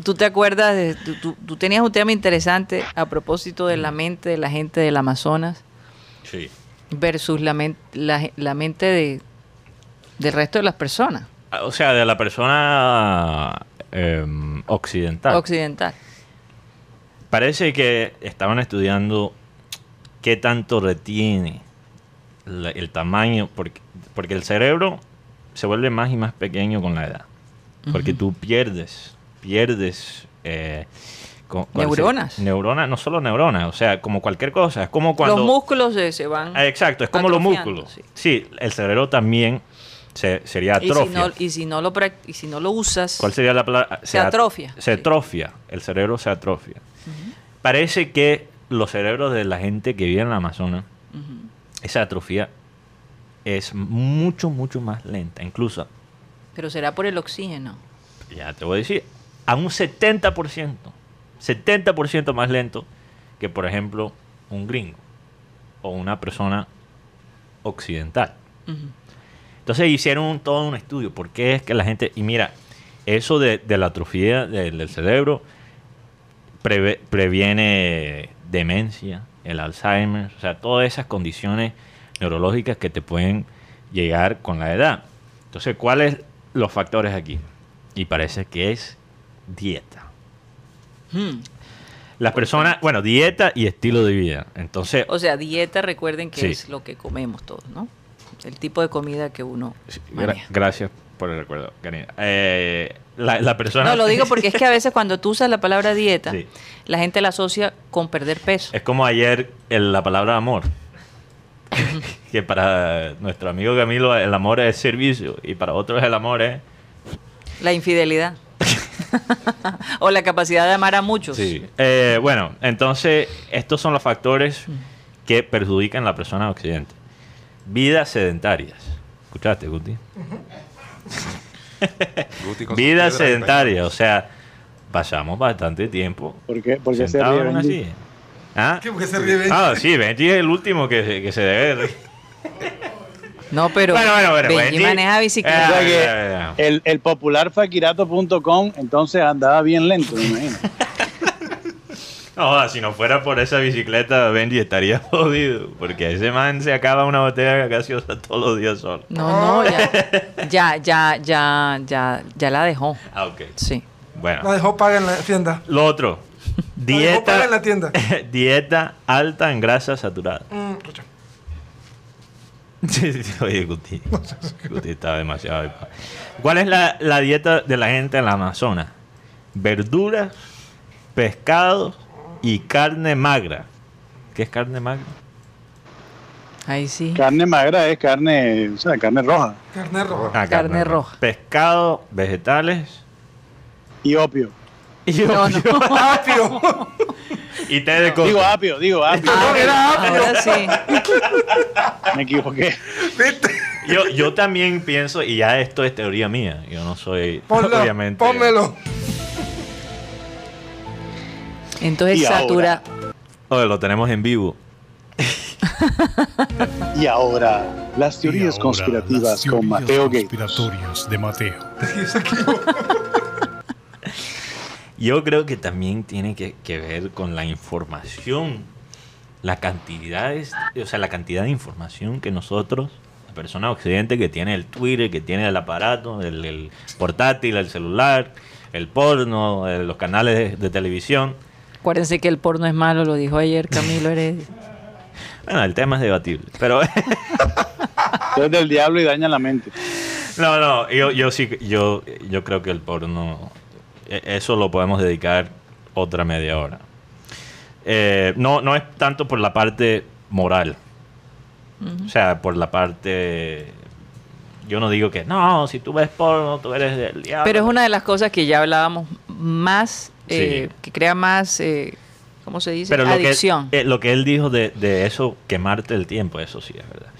[SPEAKER 2] tú te acuerdas, de, tú, tú- tú tenías un tema interesante a propósito de la mente de la gente del Amazonas
[SPEAKER 4] Sí.
[SPEAKER 2] versus la, men- la, ge- la mente de, del resto de las personas
[SPEAKER 4] Ah, O sea, de la persona em, occidental.
[SPEAKER 2] occidental.
[SPEAKER 4] Parece que estaban estudiando qué tanto retiene la- el tamaño, porque, porque el cerebro se vuelve más y más pequeño con la edad. Porque tú pierdes, pierdes... eh, co- ¿cuál sería?
[SPEAKER 2] Neuronas.
[SPEAKER 4] Neuronas, no solo neuronas, o sea, como cualquier cosa. Es como cuando...
[SPEAKER 2] Los músculos se, se van.
[SPEAKER 4] Ah, Exacto, es como los
[SPEAKER 2] atrofiando,
[SPEAKER 4] músculos.
[SPEAKER 2] sí.
[SPEAKER 4] Sí. el cerebro también se, sería
[SPEAKER 2] y, si
[SPEAKER 4] atrofia.
[SPEAKER 2] no, y si no lo, prac- y si no lo usas,
[SPEAKER 4] ¿Cuál sería la palabra?
[SPEAKER 2] Se
[SPEAKER 4] at-
[SPEAKER 2] atrofia,
[SPEAKER 4] Se
[SPEAKER 2] sí.
[SPEAKER 4] atrofia. El cerebro se atrofia. Parece que los cerebros de la gente que vive en la Amazonas, esa atrofia es mucho, mucho más lenta. Incluso
[SPEAKER 2] pero será por el oxígeno.
[SPEAKER 4] ya te voy a decir, a un 70%, 70% más lento que, por ejemplo, un gringo o una persona occidental. Entonces hicieron un- todo un estudio, por qué es que la gente, y mira, eso de, de la atrofia del, del cerebro preve- previene demencia, el Alzheimer, o sea, todas esas condiciones neurológicas que te pueden llegar con la edad. Entonces, ¿cuáles los factores aquí? Y parece que es dieta. Las personas, bueno, dieta y estilo de vida. Entonces,
[SPEAKER 2] O sea, dieta, recuerden que
[SPEAKER 4] Sí.
[SPEAKER 2] es lo que comemos todos, ¿no? El tipo de comida que uno
[SPEAKER 4] Sí, gra-
[SPEAKER 2] maneja.
[SPEAKER 4] gracias por el recuerdo, Karina. Eh, la, la persona.
[SPEAKER 2] No, lo digo porque es que a veces cuando tú usas la palabra dieta,
[SPEAKER 4] Sí.
[SPEAKER 2] la gente la asocia con perder peso.
[SPEAKER 4] Es como ayer el- la palabra amor. que para nuestro amigo Camilo el amor es servicio y para otros el amor es.
[SPEAKER 2] La infidelidad. o la capacidad de amar a muchos.
[SPEAKER 4] Eh, bueno, entonces estos son los factores que perjudican a la persona occidente. Vidas sedentarias. ¿Escuchaste, Guti?
[SPEAKER 3] Guti
[SPEAKER 4] Vidas
[SPEAKER 3] con sus piedras,
[SPEAKER 4] sedentarias, o sea, pasamos bastante tiempo
[SPEAKER 5] ¿Por qué, por qué se
[SPEAKER 4] sentado
[SPEAKER 5] ríe
[SPEAKER 4] en una
[SPEAKER 5] Benji?
[SPEAKER 4] silla. ¿Ah?
[SPEAKER 6] ¿Qué? Porque se ríe Benji.
[SPEAKER 4] Ah, sí, Benji es el último que, se- que se debe. reír.
[SPEAKER 2] No, pero
[SPEAKER 4] Bueno, bueno, bueno,
[SPEAKER 2] Benji
[SPEAKER 4] Benji.
[SPEAKER 2] maneja
[SPEAKER 5] O
[SPEAKER 2] bicicleta.
[SPEAKER 5] sea
[SPEAKER 4] Ah,
[SPEAKER 5] que
[SPEAKER 4] ya, ya, ya.
[SPEAKER 5] El, el popular fakirato.com entonces andaba bien lento, me imagino.
[SPEAKER 4] No, ah, si no fuera por esa bicicleta, Benji estaría jodido. Porque ese man se acaba una botella gaseosa todos los días solo.
[SPEAKER 2] No, no, ya, ya, ya, ya, ya, ya la dejó.
[SPEAKER 4] Ah, ok.
[SPEAKER 2] Sí.
[SPEAKER 6] La
[SPEAKER 4] Bueno.
[SPEAKER 6] dejó paga en la tienda.
[SPEAKER 4] Lo otro.
[SPEAKER 6] paga
[SPEAKER 4] Dieta.
[SPEAKER 6] en la tienda.
[SPEAKER 4] dieta alta en grasa saturada.
[SPEAKER 6] Mm, escucha.
[SPEAKER 4] Sí, sí, Oye, Guti. Guti está demasiado. hypado. ¿Cuál es la, la dieta de la gente en la Amazonas? Verduras, pescados y carne magra. ¿Qué es carne magra?
[SPEAKER 2] Ahí sí.
[SPEAKER 5] Carne magra es carne, o sea, carne roja
[SPEAKER 6] Carne roja.
[SPEAKER 4] Ah,
[SPEAKER 2] Carne roja.
[SPEAKER 4] Pescado, vegetales
[SPEAKER 5] y opio.
[SPEAKER 4] y,
[SPEAKER 2] No, Ah, no.
[SPEAKER 6] Apio.
[SPEAKER 4] y té de coco.
[SPEAKER 5] Digo
[SPEAKER 2] ah.
[SPEAKER 5] apio, digo apio,
[SPEAKER 2] Ahora-
[SPEAKER 6] era apio.
[SPEAKER 2] ahora sí.
[SPEAKER 5] me equivoqué.
[SPEAKER 6] ¿Viste?
[SPEAKER 4] Yo, yo también pienso, y ya esto es teoría mía, yo no soy
[SPEAKER 6] Ponlo,
[SPEAKER 4] obviamente.
[SPEAKER 6] pónmelo.
[SPEAKER 2] Entonces
[SPEAKER 5] Y ahora.
[SPEAKER 2] satura.
[SPEAKER 4] Oye, lo tenemos en vivo.
[SPEAKER 5] Y ahora, las teorías
[SPEAKER 1] Y ahora,
[SPEAKER 5] conspirativas
[SPEAKER 1] las
[SPEAKER 5] con
[SPEAKER 1] teorías
[SPEAKER 5] Mateo Gates.
[SPEAKER 1] conspiratorias de Mateo.
[SPEAKER 4] Yo creo que también tiene que, que ver con la información, la cantidad, es- o sea, la cantidad de información que nosotros, la persona occidente que tiene el Twitter, que tiene el aparato, el, el portátil, el celular, el porno, eh, los canales de, de televisión.
[SPEAKER 2] Acuérdense que el porno es malo, lo dijo ayer Camilo Heredia.
[SPEAKER 4] Bueno, el tema es debatible, pero
[SPEAKER 5] Tú eres del diablo y daña la mente.
[SPEAKER 4] No, no, yo, yo sí, yo, yo creo que el porno, e- eso lo podemos dedicar otra media hora. Eh, no, no es tanto por la parte moral, o sea, por la parte, yo no digo que, no, si tú ves porno, tú eres del diablo.
[SPEAKER 2] Pero es una de las cosas que ya hablábamos más, eh,
[SPEAKER 4] Sí.
[SPEAKER 2] que crea más, eh, ¿cómo se dice?
[SPEAKER 4] Pero lo que,
[SPEAKER 2] Adicción.
[SPEAKER 4] eh, lo que él dijo de, de eso, quemarte el tiempo, eso sí es verdad.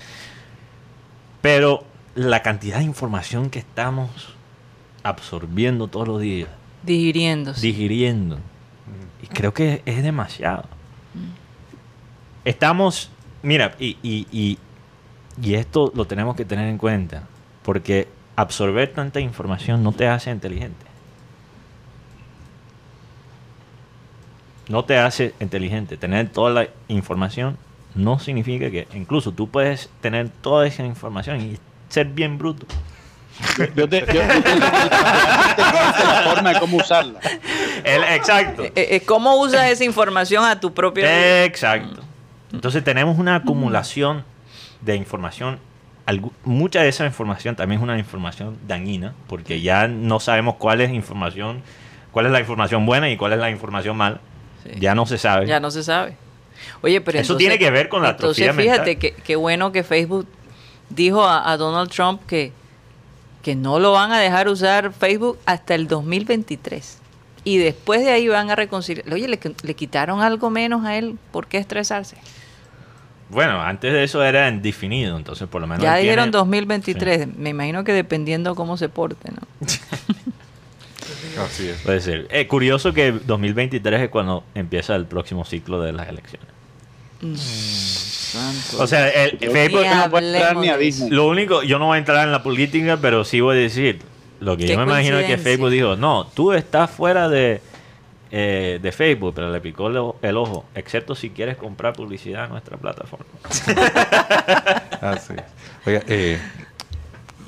[SPEAKER 4] Pero la cantidad de información que estamos absorbiendo todos los días,
[SPEAKER 2] digiriéndose.
[SPEAKER 4] Pues, digiriendo. Y creo que es demasiado. Estamos, mira, y, y, y, y esto lo tenemos que tener en cuenta, porque absorber tanta información no te hace inteligente. No te hace inteligente. Tener toda la información no significa que incluso tú puedes tener toda esa información y ser bien bruto.
[SPEAKER 5] Yo, yo te, yo- yo te- yo te- yo te- la forma de cómo usarla.
[SPEAKER 4] El- exacto.
[SPEAKER 2] Eh, eh, ¿Cómo usas esa información a tu propio...
[SPEAKER 4] Eh.
[SPEAKER 2] Mm.
[SPEAKER 4] Exacto. Entonces tenemos una acumulación de información. Algu- mucha de esa información también es una información dañina, porque ya no sabemos cuál es información, cuál es la información buena y cuál es la información mala.
[SPEAKER 2] Sí.
[SPEAKER 4] Ya no se sabe.
[SPEAKER 2] Ya no se sabe. Oye, pero
[SPEAKER 4] Eso
[SPEAKER 2] entonces-
[SPEAKER 4] tiene que ver con la
[SPEAKER 2] Entonces,
[SPEAKER 4] atrofia
[SPEAKER 2] fíjate
[SPEAKER 4] mental.
[SPEAKER 2] que qué bueno que Facebook dijo a, a Donald Trump que, que no lo van a dejar usar Facebook hasta el 2023. Y después de ahí van a reconciliar. Oye, le, le quitaron algo menos a él. ¿Por qué estresarse?
[SPEAKER 4] Bueno, antes de eso era indefinido, entonces por lo menos.
[SPEAKER 2] ya
[SPEAKER 4] él tiene-
[SPEAKER 2] dijeron 2023. Me imagino que dependiendo cómo se porte, ¿no?
[SPEAKER 3] Así es.
[SPEAKER 4] Puede ser. Eh, curioso que 2023 es cuando empieza el próximo ciclo de las elecciones.
[SPEAKER 2] Santo.
[SPEAKER 4] O sea, el,
[SPEAKER 2] Ni
[SPEAKER 4] Facebook
[SPEAKER 5] no puede entrar
[SPEAKER 2] hablemos
[SPEAKER 5] ni a
[SPEAKER 2] de
[SPEAKER 5] Disney.
[SPEAKER 4] Lo único, yo no voy a entrar en la política, pero sí voy a decir, lo que
[SPEAKER 2] Qué
[SPEAKER 4] yo me imagino es que
[SPEAKER 2] coincidencia.
[SPEAKER 4] Facebook dijo, no, tú estás fuera de, eh, de Facebook, pero le picó lo- el ojo, excepto si quieres comprar publicidad en nuestra plataforma.
[SPEAKER 3] Así es. Oiga, eh,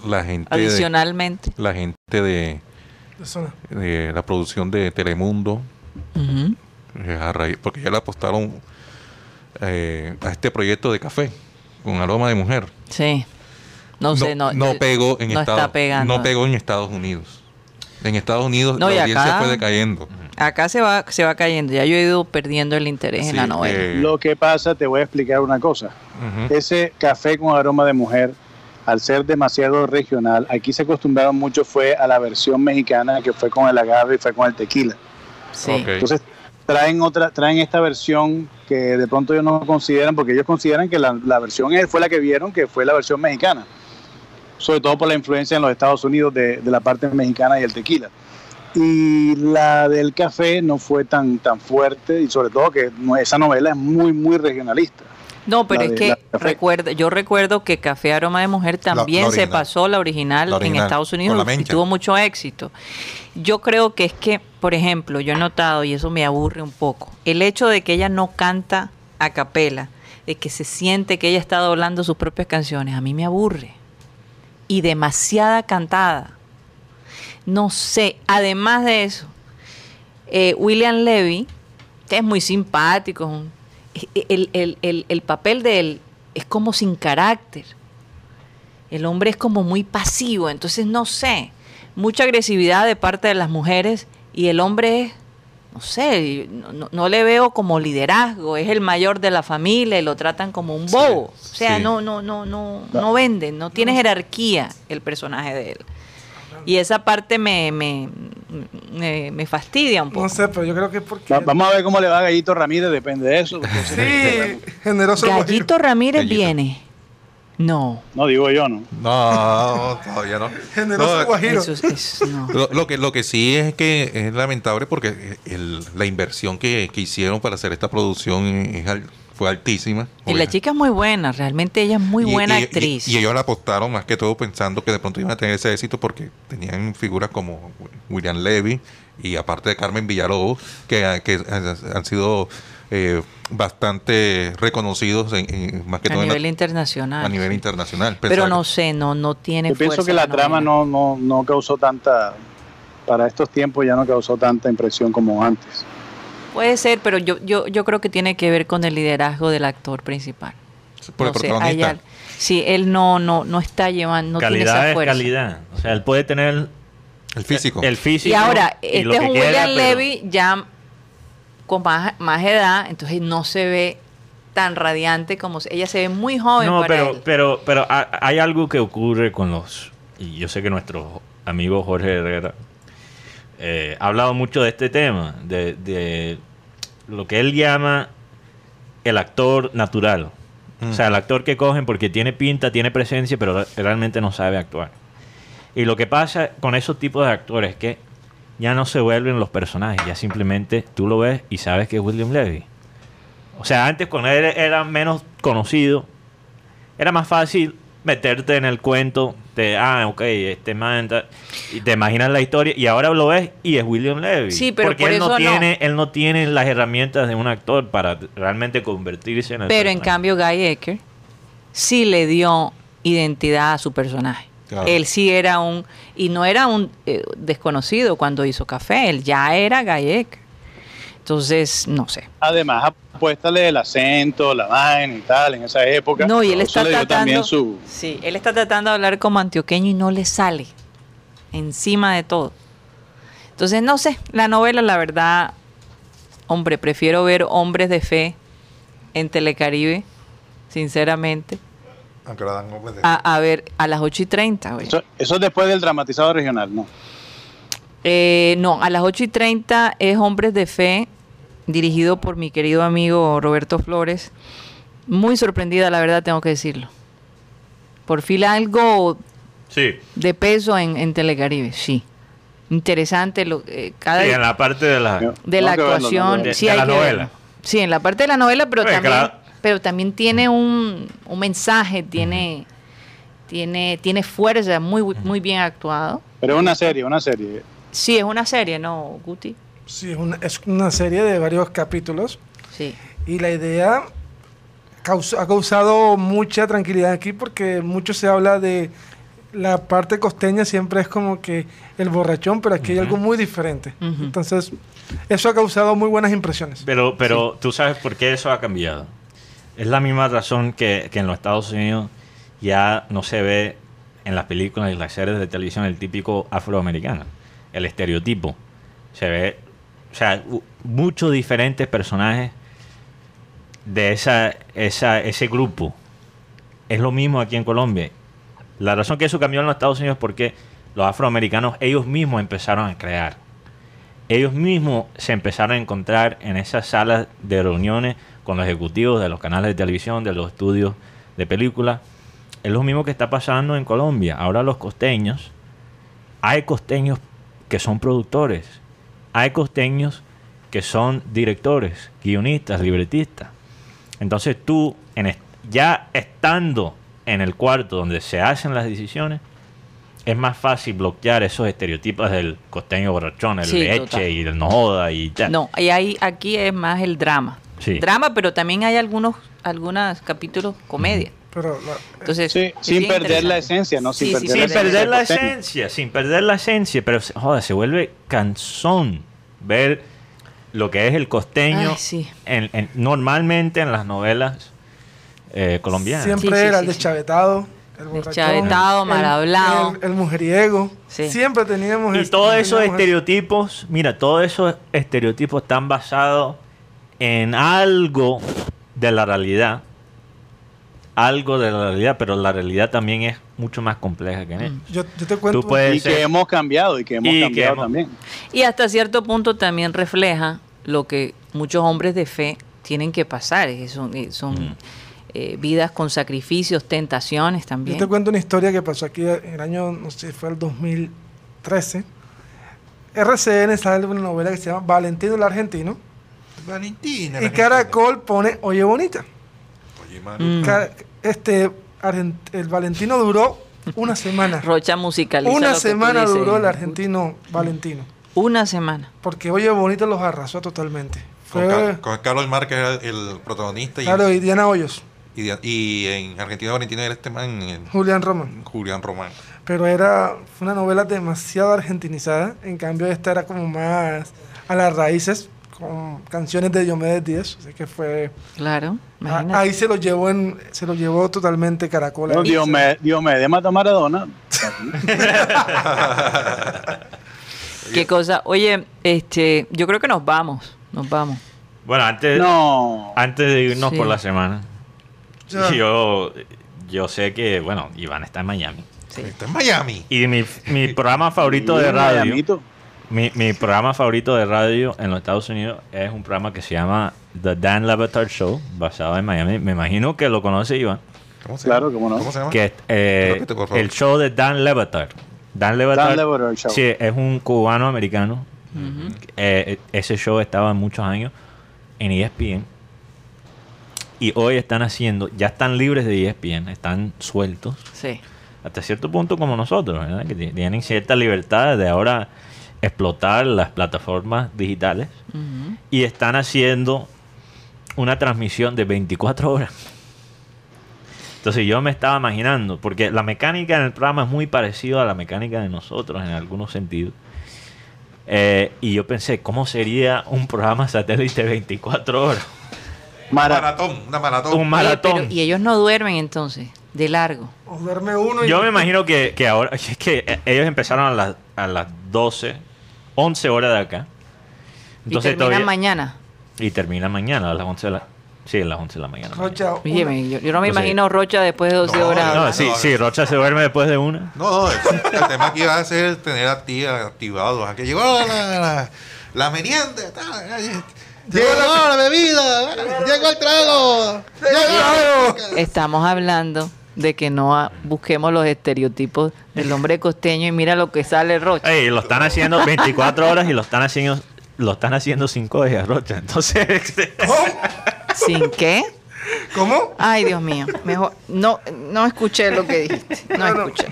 [SPEAKER 3] la gente. de-
[SPEAKER 2] Adicionalmente.
[SPEAKER 3] la gente de,
[SPEAKER 6] Eso no.
[SPEAKER 3] de la producción de Telemundo,
[SPEAKER 2] Ujú.
[SPEAKER 3] eh, a raíz- porque ya le apostaron eh, a este proyecto de café con aroma de mujer.
[SPEAKER 2] Sí. No sé, no.
[SPEAKER 3] no
[SPEAKER 2] eh,
[SPEAKER 3] pegó en
[SPEAKER 2] no
[SPEAKER 3] Estados
[SPEAKER 2] está pegando.
[SPEAKER 3] No pegó en Estados Unidos. En Estados Unidos
[SPEAKER 2] No, y
[SPEAKER 3] la audiencia
[SPEAKER 2] acá-
[SPEAKER 3] fue decayendo.
[SPEAKER 2] Acá se va, se va cayendo. Ya yo he ido perdiendo el interés en
[SPEAKER 3] Sí,
[SPEAKER 2] la novela.
[SPEAKER 3] eh,
[SPEAKER 5] Lo que pasa, te voy a explicar una cosa.
[SPEAKER 3] ujú.
[SPEAKER 5] Ese café con aroma de mujer, al ser demasiado regional, aquí se acostumbraron mucho fue a la versión mexicana que fue con el agave y fue con el tequila.
[SPEAKER 2] sí.
[SPEAKER 3] Ok.
[SPEAKER 5] Entonces traen otra, traen esta versión que de pronto ellos no consideran, porque ellos consideran que la, la versión es- fue la que vieron, que fue la versión mexicana, sobre todo por la influencia en los Estados Unidos de, de la parte mexicana y el tequila. Y la del café no fue tan, tan fuerte, y sobre todo que no- esa novela es muy, muy regionalista.
[SPEAKER 2] No, pero
[SPEAKER 5] La
[SPEAKER 2] es
[SPEAKER 5] de-
[SPEAKER 2] que
[SPEAKER 5] la café.
[SPEAKER 2] recuerda, yo recuerdo que Café Aroma de Mujer también
[SPEAKER 7] la
[SPEAKER 2] se
[SPEAKER 7] original.
[SPEAKER 2] pasó la original,
[SPEAKER 7] La
[SPEAKER 2] en
[SPEAKER 7] original,
[SPEAKER 2] Estados Unidos
[SPEAKER 7] con la
[SPEAKER 2] y
[SPEAKER 7] mencha.
[SPEAKER 2] tuvo mucho éxito. Yo creo que es que, por ejemplo, yo he notado, y eso me aburre un poco, el hecho de que ella no canta a capela, de que se siente que ella está doblando sus propias canciones, a mí me aburre. Y demasiada cantada. No sé, además de eso, eh, William Levy es muy simpático. es un- el, el- el- el papel de él es como sin carácter. El hombre es como muy pasivo. Entonces, no sé. Mucha agresividad de parte de las mujeres y el hombre es, no sé, no, no- no le veo como liderazgo. Es el mayor de la familia y lo tratan como un bobo. o sea,
[SPEAKER 3] sí.
[SPEAKER 2] no, no, no, no, no venden, no tiene jerarquía el personaje de él. Y esa parte me, me, me- me fastidia un poco.
[SPEAKER 6] No sé, pero yo creo que es porque.
[SPEAKER 5] Va- vamos a ver cómo le va a Gallito Ramírez, depende de eso. porque ese es el
[SPEAKER 6] Sí,
[SPEAKER 5] programa.
[SPEAKER 6] generoso.
[SPEAKER 2] Gallito Ramírez
[SPEAKER 3] Gallito.
[SPEAKER 2] viene. No.
[SPEAKER 5] No digo yo, ¿no?
[SPEAKER 7] No, todavía no.
[SPEAKER 6] Generoso
[SPEAKER 7] No,
[SPEAKER 6] guajiro.
[SPEAKER 2] Eso es, es- no.
[SPEAKER 7] Lo, lo que, lo que sí es que es lamentable porque el- la inversión que, que hicieron para hacer esta producción es al- fue altísima.
[SPEAKER 2] Y la
[SPEAKER 7] obvia-
[SPEAKER 2] chica es muy buena, realmente ella es muy
[SPEAKER 7] Y-
[SPEAKER 2] buena
[SPEAKER 7] y- y-
[SPEAKER 2] actriz.
[SPEAKER 7] Y, ellos la apostaron más que todo pensando que de pronto iban a tener ese éxito porque tenían figuras como William Levy y aparte de Carmen Villalobos, que, que han han sido eh, bastante reconocidos en- en- más que
[SPEAKER 2] a
[SPEAKER 7] todo en la-
[SPEAKER 2] nivel internacional.
[SPEAKER 7] a nivel internacional.
[SPEAKER 2] Pero
[SPEAKER 7] Pensaba
[SPEAKER 2] no
[SPEAKER 7] que-
[SPEAKER 2] sé, no, no tiene
[SPEAKER 5] Yo pienso
[SPEAKER 2] fuerza
[SPEAKER 5] que la trama
[SPEAKER 2] novela.
[SPEAKER 5] no, no, no causó tanta, para estos tiempos ya no causó tanta impresión como antes.
[SPEAKER 2] Puede ser, pero yo, yo, yo creo que tiene que ver con el liderazgo del actor principal.
[SPEAKER 7] por el
[SPEAKER 2] no sé, hay
[SPEAKER 7] protagonista.
[SPEAKER 2] al- sí, él no, no, no está llevando, no
[SPEAKER 4] calidad
[SPEAKER 2] tiene esa
[SPEAKER 4] es
[SPEAKER 2] fuerza.
[SPEAKER 4] calidad. O sea, él puede tener
[SPEAKER 7] El físico.
[SPEAKER 4] el físico.
[SPEAKER 2] Y ahora,
[SPEAKER 4] y
[SPEAKER 2] este
[SPEAKER 4] lo
[SPEAKER 2] es
[SPEAKER 4] que
[SPEAKER 2] un
[SPEAKER 4] quiera,
[SPEAKER 2] William
[SPEAKER 4] pero-
[SPEAKER 2] Levy ya con más, más edad, entonces no se ve tan radiante como se- ella se ve muy joven
[SPEAKER 4] No,
[SPEAKER 2] para
[SPEAKER 4] pero,
[SPEAKER 2] él.
[SPEAKER 4] pero, pero ha- hay algo que ocurre con los. Y yo sé que nuestro amigo Jorge Herrera eh, ha hablado mucho de este tema, de, de lo que él llama el actor natural. O sea, el actor que cogen porque tiene pinta, tiene presencia, pero re- realmente no sabe actuar. Y lo que pasa con esos tipos de actores es que ya no se vuelven los personajes, ya simplemente tú lo ves y sabes que es William Levy. O sea, antes cuando él era menos conocido, era más fácil meterte en el cuento de, ah, ok, este man, ta- y te imaginas la historia y ahora lo ves y es William Levy.
[SPEAKER 2] Sí, pero
[SPEAKER 4] porque
[SPEAKER 2] por
[SPEAKER 4] él,
[SPEAKER 2] eso no.
[SPEAKER 4] no tiene, él no tiene las herramientas de un actor para realmente convertirse en el
[SPEAKER 2] Pero en
[SPEAKER 4] personaje.
[SPEAKER 2] cambio Guy Ecker sí le dio identidad a su personaje.
[SPEAKER 7] Claro.
[SPEAKER 2] Él sí era un, y no era un eh, desconocido cuando hizo Café, él ya era Guy Ecker. Entonces, no sé.
[SPEAKER 5] Además, apuéstale el acento, la vaina y tal, en esa época.
[SPEAKER 2] No, y él
[SPEAKER 5] Eso
[SPEAKER 2] está
[SPEAKER 5] le dio
[SPEAKER 2] tratando,
[SPEAKER 5] también su...
[SPEAKER 2] sí, él está tratando de hablar como antioqueño y no le sale encima de todo. Entonces, no sé, la novela, la verdad, hombre, prefiero ver Hombres de Fe en Telecaribe, sinceramente,
[SPEAKER 7] Aunque la dan hombres de-
[SPEAKER 2] a, a ver a las 8 y 30. güey.
[SPEAKER 5] Eso, eso es después del dramatizado regional, ¿no?
[SPEAKER 2] Eh, no, a las 8 y 30 es Hombres de Fe, dirigido por mi querido amigo Roberto Flores. Muy sorprendida, la verdad, tengo que decirlo. Por fin algo
[SPEAKER 4] Sí.
[SPEAKER 2] de peso en, en Telecaribe, sí. interesante lo, eh, cada
[SPEAKER 4] Sí, en la parte de la...
[SPEAKER 2] de la
[SPEAKER 5] Tengo que verlo,
[SPEAKER 2] actuación.
[SPEAKER 5] tengo que
[SPEAKER 2] sí,
[SPEAKER 4] verlo.
[SPEAKER 2] hay
[SPEAKER 4] De la
[SPEAKER 2] que verlo.
[SPEAKER 4] novela.
[SPEAKER 2] Sí, en la parte de la novela, pero,
[SPEAKER 4] Oye,
[SPEAKER 2] también,
[SPEAKER 4] claro.
[SPEAKER 2] pero también tiene un, un mensaje, tiene, tiene, tiene fuerza, muy, muy bien actuado.
[SPEAKER 5] Pero es una serie, una serie.
[SPEAKER 2] Sí, es una serie, ¿no, Guti?
[SPEAKER 6] Sí, es una, es una serie de varios capítulos
[SPEAKER 2] Sí.
[SPEAKER 6] y la idea caus- ha causado mucha tranquilidad aquí porque mucho se habla de la parte costeña siempre es como que el borrachón, pero aquí hay algo muy diferente.
[SPEAKER 2] Ujú.
[SPEAKER 6] Entonces, eso ha causado muy buenas impresiones.
[SPEAKER 4] Pero, pero tú sabes por qué eso ha cambiado. Es la misma razón que, que en los Estados Unidos ya no se ve en las películas y las series de televisión el típico afroamericano, el estereotipo. Se ve, o sea, u- muchos diferentes personajes de esa, esa, ese grupo. Es lo mismo aquí en Colombia. La razón que eso cambió en los Estados Unidos es porque los afroamericanos ellos mismos empezaron a crear ellos mismos se empezaron a encontrar en esas salas de reuniones con los ejecutivos de los canales de televisión, de los estudios de películas. Es lo mismo que está pasando en Colombia. Ahora los costeños, hay costeños que son productores, hay costeños que son directores, guionistas, libretistas. Entonces tú, en est- ya estando en el cuarto donde se hacen las decisiones, es más fácil bloquear esos estereotipos del costeño borrachón, el
[SPEAKER 2] Sí,
[SPEAKER 4] leche
[SPEAKER 2] total.
[SPEAKER 4] y el no joda y ya.
[SPEAKER 2] No, y ahí, aquí es más el drama.
[SPEAKER 4] Sí.
[SPEAKER 2] Drama, pero también hay algunos algunos capítulos comedia.
[SPEAKER 6] Pero la-
[SPEAKER 2] Entonces,
[SPEAKER 5] Sí,
[SPEAKER 2] es
[SPEAKER 5] sin
[SPEAKER 2] bien
[SPEAKER 5] perder la
[SPEAKER 2] interesante.
[SPEAKER 5] esencia, ¿no? Sin perder
[SPEAKER 4] Sin
[SPEAKER 5] la esencia.
[SPEAKER 4] perder la
[SPEAKER 5] costeño.
[SPEAKER 4] esencia, sin perder la esencia, pero se- joda, se vuelve cansón ver lo que es el costeño
[SPEAKER 2] Ay, sí.
[SPEAKER 4] en- en- normalmente en las novelas eh, colombianas.
[SPEAKER 6] siempre
[SPEAKER 2] Sí, sí,
[SPEAKER 6] era
[SPEAKER 2] sí,
[SPEAKER 6] el
[SPEAKER 2] sí.
[SPEAKER 6] deschavetado, el borrachón,
[SPEAKER 2] Deschavetado,
[SPEAKER 6] el-
[SPEAKER 2] mal hablado.
[SPEAKER 6] el, el mujeriego.
[SPEAKER 2] Sí.
[SPEAKER 6] Siempre teníamos
[SPEAKER 4] Y
[SPEAKER 6] es-
[SPEAKER 4] todos esos
[SPEAKER 6] teníamos este eso.
[SPEAKER 4] estereotipos, mira, todos esos estereotipos están basados en algo de la realidad. Algo de la realidad, pero la realidad también es mucho más compleja
[SPEAKER 2] Mm.
[SPEAKER 4] que en ellos.
[SPEAKER 6] Yo, yo te cuento.
[SPEAKER 4] Tú puedes-
[SPEAKER 5] Y que hemos cambiado, y que hemos
[SPEAKER 4] Y que
[SPEAKER 5] cambiado
[SPEAKER 4] hemos-
[SPEAKER 5] también.
[SPEAKER 2] Y hasta cierto punto también refleja lo que muchos hombres de fe tienen que pasar. es que Son, eh, son
[SPEAKER 4] Mm.
[SPEAKER 2] eh, vidas con sacrificios, tentaciones
[SPEAKER 6] Yo
[SPEAKER 2] también.
[SPEAKER 6] te cuento una historia que pasó aquí en el año, no sé, fue el 2013. RCN sale una novela que se llama Valentino el Argentino.
[SPEAKER 7] Valentina.
[SPEAKER 6] Y Caracol pone Oye Bonita.
[SPEAKER 7] Oye, mano.
[SPEAKER 2] Mm.
[SPEAKER 6] Ca- Este, Argen- el Valentino duró una semana.
[SPEAKER 2] Rocha musicaliza. lo
[SPEAKER 6] Una
[SPEAKER 2] que tú
[SPEAKER 6] semana
[SPEAKER 2] dices,
[SPEAKER 6] duró el
[SPEAKER 2] Guti.
[SPEAKER 6] Argentino Valentino.
[SPEAKER 2] Una semana.
[SPEAKER 6] Porque Oye Bonita los arrasó totalmente.
[SPEAKER 7] Con,
[SPEAKER 6] Fue,
[SPEAKER 7] Car- con Carlos Márquez era el protagonista y,
[SPEAKER 6] claro, y Diana Hoyos,
[SPEAKER 7] y, y en Argentina Valentina era este man el-
[SPEAKER 6] Julián Roman.
[SPEAKER 7] Julián Román.
[SPEAKER 6] Pero era fue una novela demasiado argentinizada. En cambio, esta era como más a las raíces, con canciones de Diomedes Díaz. Así que fue.
[SPEAKER 2] Claro.
[SPEAKER 6] a-
[SPEAKER 2] imagínate.
[SPEAKER 6] Ah, ahí se lo llevó en, se lo llevó totalmente Caracol.
[SPEAKER 5] No,
[SPEAKER 6] Ahí
[SPEAKER 5] Dios
[SPEAKER 6] se-
[SPEAKER 5] me, Dios me de Mata Maradona.
[SPEAKER 2] Qué cosa. Oye, este, yo creo que nos vamos. Nos vamos.
[SPEAKER 4] Bueno, antes,
[SPEAKER 5] No.
[SPEAKER 4] antes de irnos
[SPEAKER 2] Sí.
[SPEAKER 4] por la semana,
[SPEAKER 6] Ya.
[SPEAKER 4] yo, yo sé que, bueno, Iván está en Miami.
[SPEAKER 2] Sí.
[SPEAKER 7] Está en Miami.
[SPEAKER 4] Y mi, mi programa favorito de
[SPEAKER 5] Un
[SPEAKER 4] radio.
[SPEAKER 5] Miamito.
[SPEAKER 4] Mi, mi programa favorito de radio en los Estados Unidos es un programa que se llama The Dan Lavatar Show, basado en Miami. Me imagino que lo conoce Iván.
[SPEAKER 7] ¿Cómo se
[SPEAKER 5] Claro,
[SPEAKER 7] llama?
[SPEAKER 5] cómo no.
[SPEAKER 7] ¿Cómo se llama?
[SPEAKER 4] Que, eh,
[SPEAKER 7] Repite, por favor.
[SPEAKER 4] el show de Dan Levatar. Dan Levatar.
[SPEAKER 5] Dan Levatar Show.
[SPEAKER 4] Sí, es un cubano americano. Eh, ese show estaba muchos años en E ESPN. Y hoy están haciendo, ya están libres de E ESPN, están sueltos
[SPEAKER 2] Sí.
[SPEAKER 4] hasta cierto punto como nosotros, ¿verdad? que ti- tienen cierta libertad de ahora explotar las plataformas digitales
[SPEAKER 2] Ujú.
[SPEAKER 4] y están haciendo una transmisión de 24 horas. Entonces yo me estaba imaginando, porque la mecánica en el programa es muy parecida a la mecánica de nosotros en algunos sentidos. Eh, y yo pensé, ¿cómo sería un programa satélite 24 horas?
[SPEAKER 5] Mara,
[SPEAKER 7] Maratón, una maratón.
[SPEAKER 4] Un
[SPEAKER 2] Oye,
[SPEAKER 4] maratón.
[SPEAKER 2] pero- y ellos no duermen entonces, de largo.
[SPEAKER 6] O duerme uno y.
[SPEAKER 4] Yo me imagino que, que ahora, es que eh, ellos empezaron a las, a las 12, 11 horas de acá.
[SPEAKER 2] y terminan
[SPEAKER 4] Entonces todavía-
[SPEAKER 2] mañana.
[SPEAKER 4] Y termina mañana a las 11 de la Sí, a las 11 de la mañana.
[SPEAKER 6] Rocha, una-
[SPEAKER 2] Óyeme, yo, yo no me
[SPEAKER 4] Entonces-
[SPEAKER 2] imagino Rocha después de 12
[SPEAKER 7] No,
[SPEAKER 2] horas.
[SPEAKER 4] No,
[SPEAKER 7] no,
[SPEAKER 4] sí,
[SPEAKER 7] no.
[SPEAKER 4] sí, Rocha se duerme después de una.
[SPEAKER 7] No, no, el, el tema aquí va a ser tener acti- activados. Aquí llegó la, la, la merienda. tal, eh, Llegó la, la bebida. eh, Llegó el trago. Llegó el trago.
[SPEAKER 2] Estamos hablando de que no ah, busquemos los estereotipos del hombre costeño y mira lo que sale Rocha.
[SPEAKER 4] Ey, lo están haciendo 24 horas y lo están haciendo lo están haciendo 5 días, Rocha. Entonces,
[SPEAKER 2] ¿Sin qué?
[SPEAKER 6] Oh, ¿Cómo?
[SPEAKER 2] Ay, Dios mío. Mejor, no, no escuché lo que dijiste. No escuché.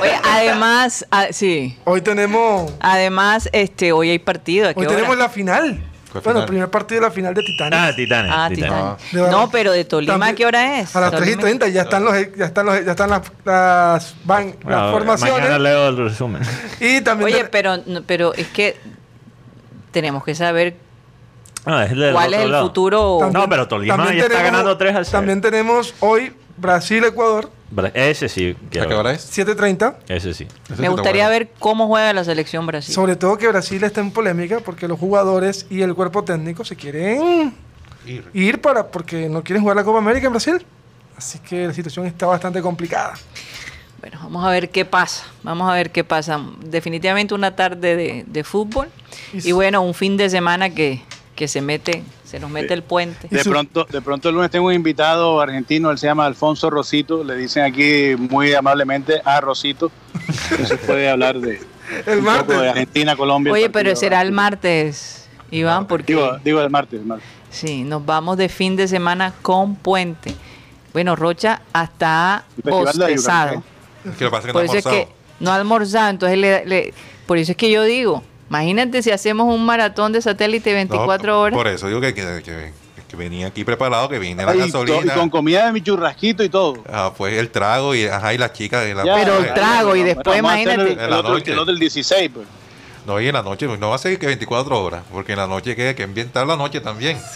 [SPEAKER 2] Oye, además, ah, sí.
[SPEAKER 6] Hoy tenemos,
[SPEAKER 2] Además, este, hoy hay partido. ¿a qué
[SPEAKER 6] hoy
[SPEAKER 2] hora?
[SPEAKER 6] tenemos la final.
[SPEAKER 7] ¿Cuál
[SPEAKER 6] Bueno,
[SPEAKER 7] final?
[SPEAKER 6] primer partido de la final de Titanes.
[SPEAKER 4] ah, Titanes.
[SPEAKER 2] Ah,
[SPEAKER 4] Titanes.
[SPEAKER 2] Titanic.
[SPEAKER 6] De verdad.
[SPEAKER 2] No, pero de Tolima, ¿a qué hora es?
[SPEAKER 6] A las 3 y
[SPEAKER 2] Tolima.
[SPEAKER 6] 30 ya están, los, ya están, los, ya están las, las, van-
[SPEAKER 4] Bueno,
[SPEAKER 6] las
[SPEAKER 4] Mañana
[SPEAKER 6] formaciones.
[SPEAKER 4] leo el resumen.
[SPEAKER 6] Y también
[SPEAKER 2] Oye, pero, no, pero es que tenemos que saber
[SPEAKER 4] No, es del
[SPEAKER 2] cuál
[SPEAKER 4] otro
[SPEAKER 2] es el
[SPEAKER 4] lado.
[SPEAKER 2] futuro.
[SPEAKER 6] También-
[SPEAKER 4] No, pero Tolima
[SPEAKER 6] también
[SPEAKER 4] ya está ganando 3 al 0.
[SPEAKER 6] También tenemos hoy Brasil-Ecuador,
[SPEAKER 4] Bra- Ese sí.
[SPEAKER 7] ¿A
[SPEAKER 4] quiero
[SPEAKER 7] qué
[SPEAKER 4] ver.
[SPEAKER 7] hora es?
[SPEAKER 6] 7.30.
[SPEAKER 4] Ese sí.
[SPEAKER 3] Eh,
[SPEAKER 7] Ese
[SPEAKER 2] Me
[SPEAKER 7] está
[SPEAKER 2] gustaría
[SPEAKER 7] bueno.
[SPEAKER 2] ver cómo juega la selección Brasil.
[SPEAKER 6] Sobre todo que Brasil está en polémica porque los jugadores y el cuerpo técnico se quieren ir para porque no quieren jugar la Copa América en Brasil. Así que la situación está bastante complicada.
[SPEAKER 2] Bueno, vamos a ver qué pasa. Vamos a ver qué pasa. Definitivamente una tarde de, de fútbol.
[SPEAKER 6] Y
[SPEAKER 2] Y bueno, un fin de semana que, que se mete, se nos mete el puente.
[SPEAKER 6] Y
[SPEAKER 5] De
[SPEAKER 6] su-
[SPEAKER 5] pronto, de pronto el lunes tengo un invitado argentino, él se llama Alfonso Rosito, le dicen aquí muy amablemente a Rosito. Entonces puede hablar de, un poco
[SPEAKER 6] El
[SPEAKER 5] de
[SPEAKER 6] martes.
[SPEAKER 5] Argentina, Colombia. el
[SPEAKER 2] Oye,
[SPEAKER 5] partido
[SPEAKER 2] pero será el
[SPEAKER 5] Brasil.
[SPEAKER 2] martes, Iván,
[SPEAKER 5] Digo,
[SPEAKER 2] porque
[SPEAKER 5] digo el martes, el martes.
[SPEAKER 2] sí, nos vamos de fin de semana con puente. Bueno, Rocha hasta
[SPEAKER 5] El festival de
[SPEAKER 2] bostezado.
[SPEAKER 5] Ayucantay.
[SPEAKER 7] Es que lo que pasa es que
[SPEAKER 2] Por
[SPEAKER 7] no
[SPEAKER 2] eso es que no ha almorzado, entonces le, le- por eso es que yo digo, imagínate si hacemos un maratón de satélite 24
[SPEAKER 7] No,
[SPEAKER 2] horas.
[SPEAKER 7] Por eso digo que, que, que- que venía aquí preparado, que vine la
[SPEAKER 5] Ay, y to-
[SPEAKER 7] gasolina.
[SPEAKER 5] y con comida de mi churrasquito y todo.
[SPEAKER 7] Ah, pues el trago y, ajá, y la chica. y la-
[SPEAKER 5] Ya,
[SPEAKER 2] Pero el
[SPEAKER 5] ya,
[SPEAKER 2] trago y
[SPEAKER 5] ya, ya,
[SPEAKER 2] después,
[SPEAKER 5] vamos a hacer
[SPEAKER 2] imagínate.
[SPEAKER 5] El,
[SPEAKER 7] En
[SPEAKER 5] el
[SPEAKER 7] la
[SPEAKER 5] otro,
[SPEAKER 7] noche.
[SPEAKER 5] el otro el 16, pues.
[SPEAKER 7] No, y en la noche, no va a ser que 24 horas, porque en la noche que, que ambientar la noche también.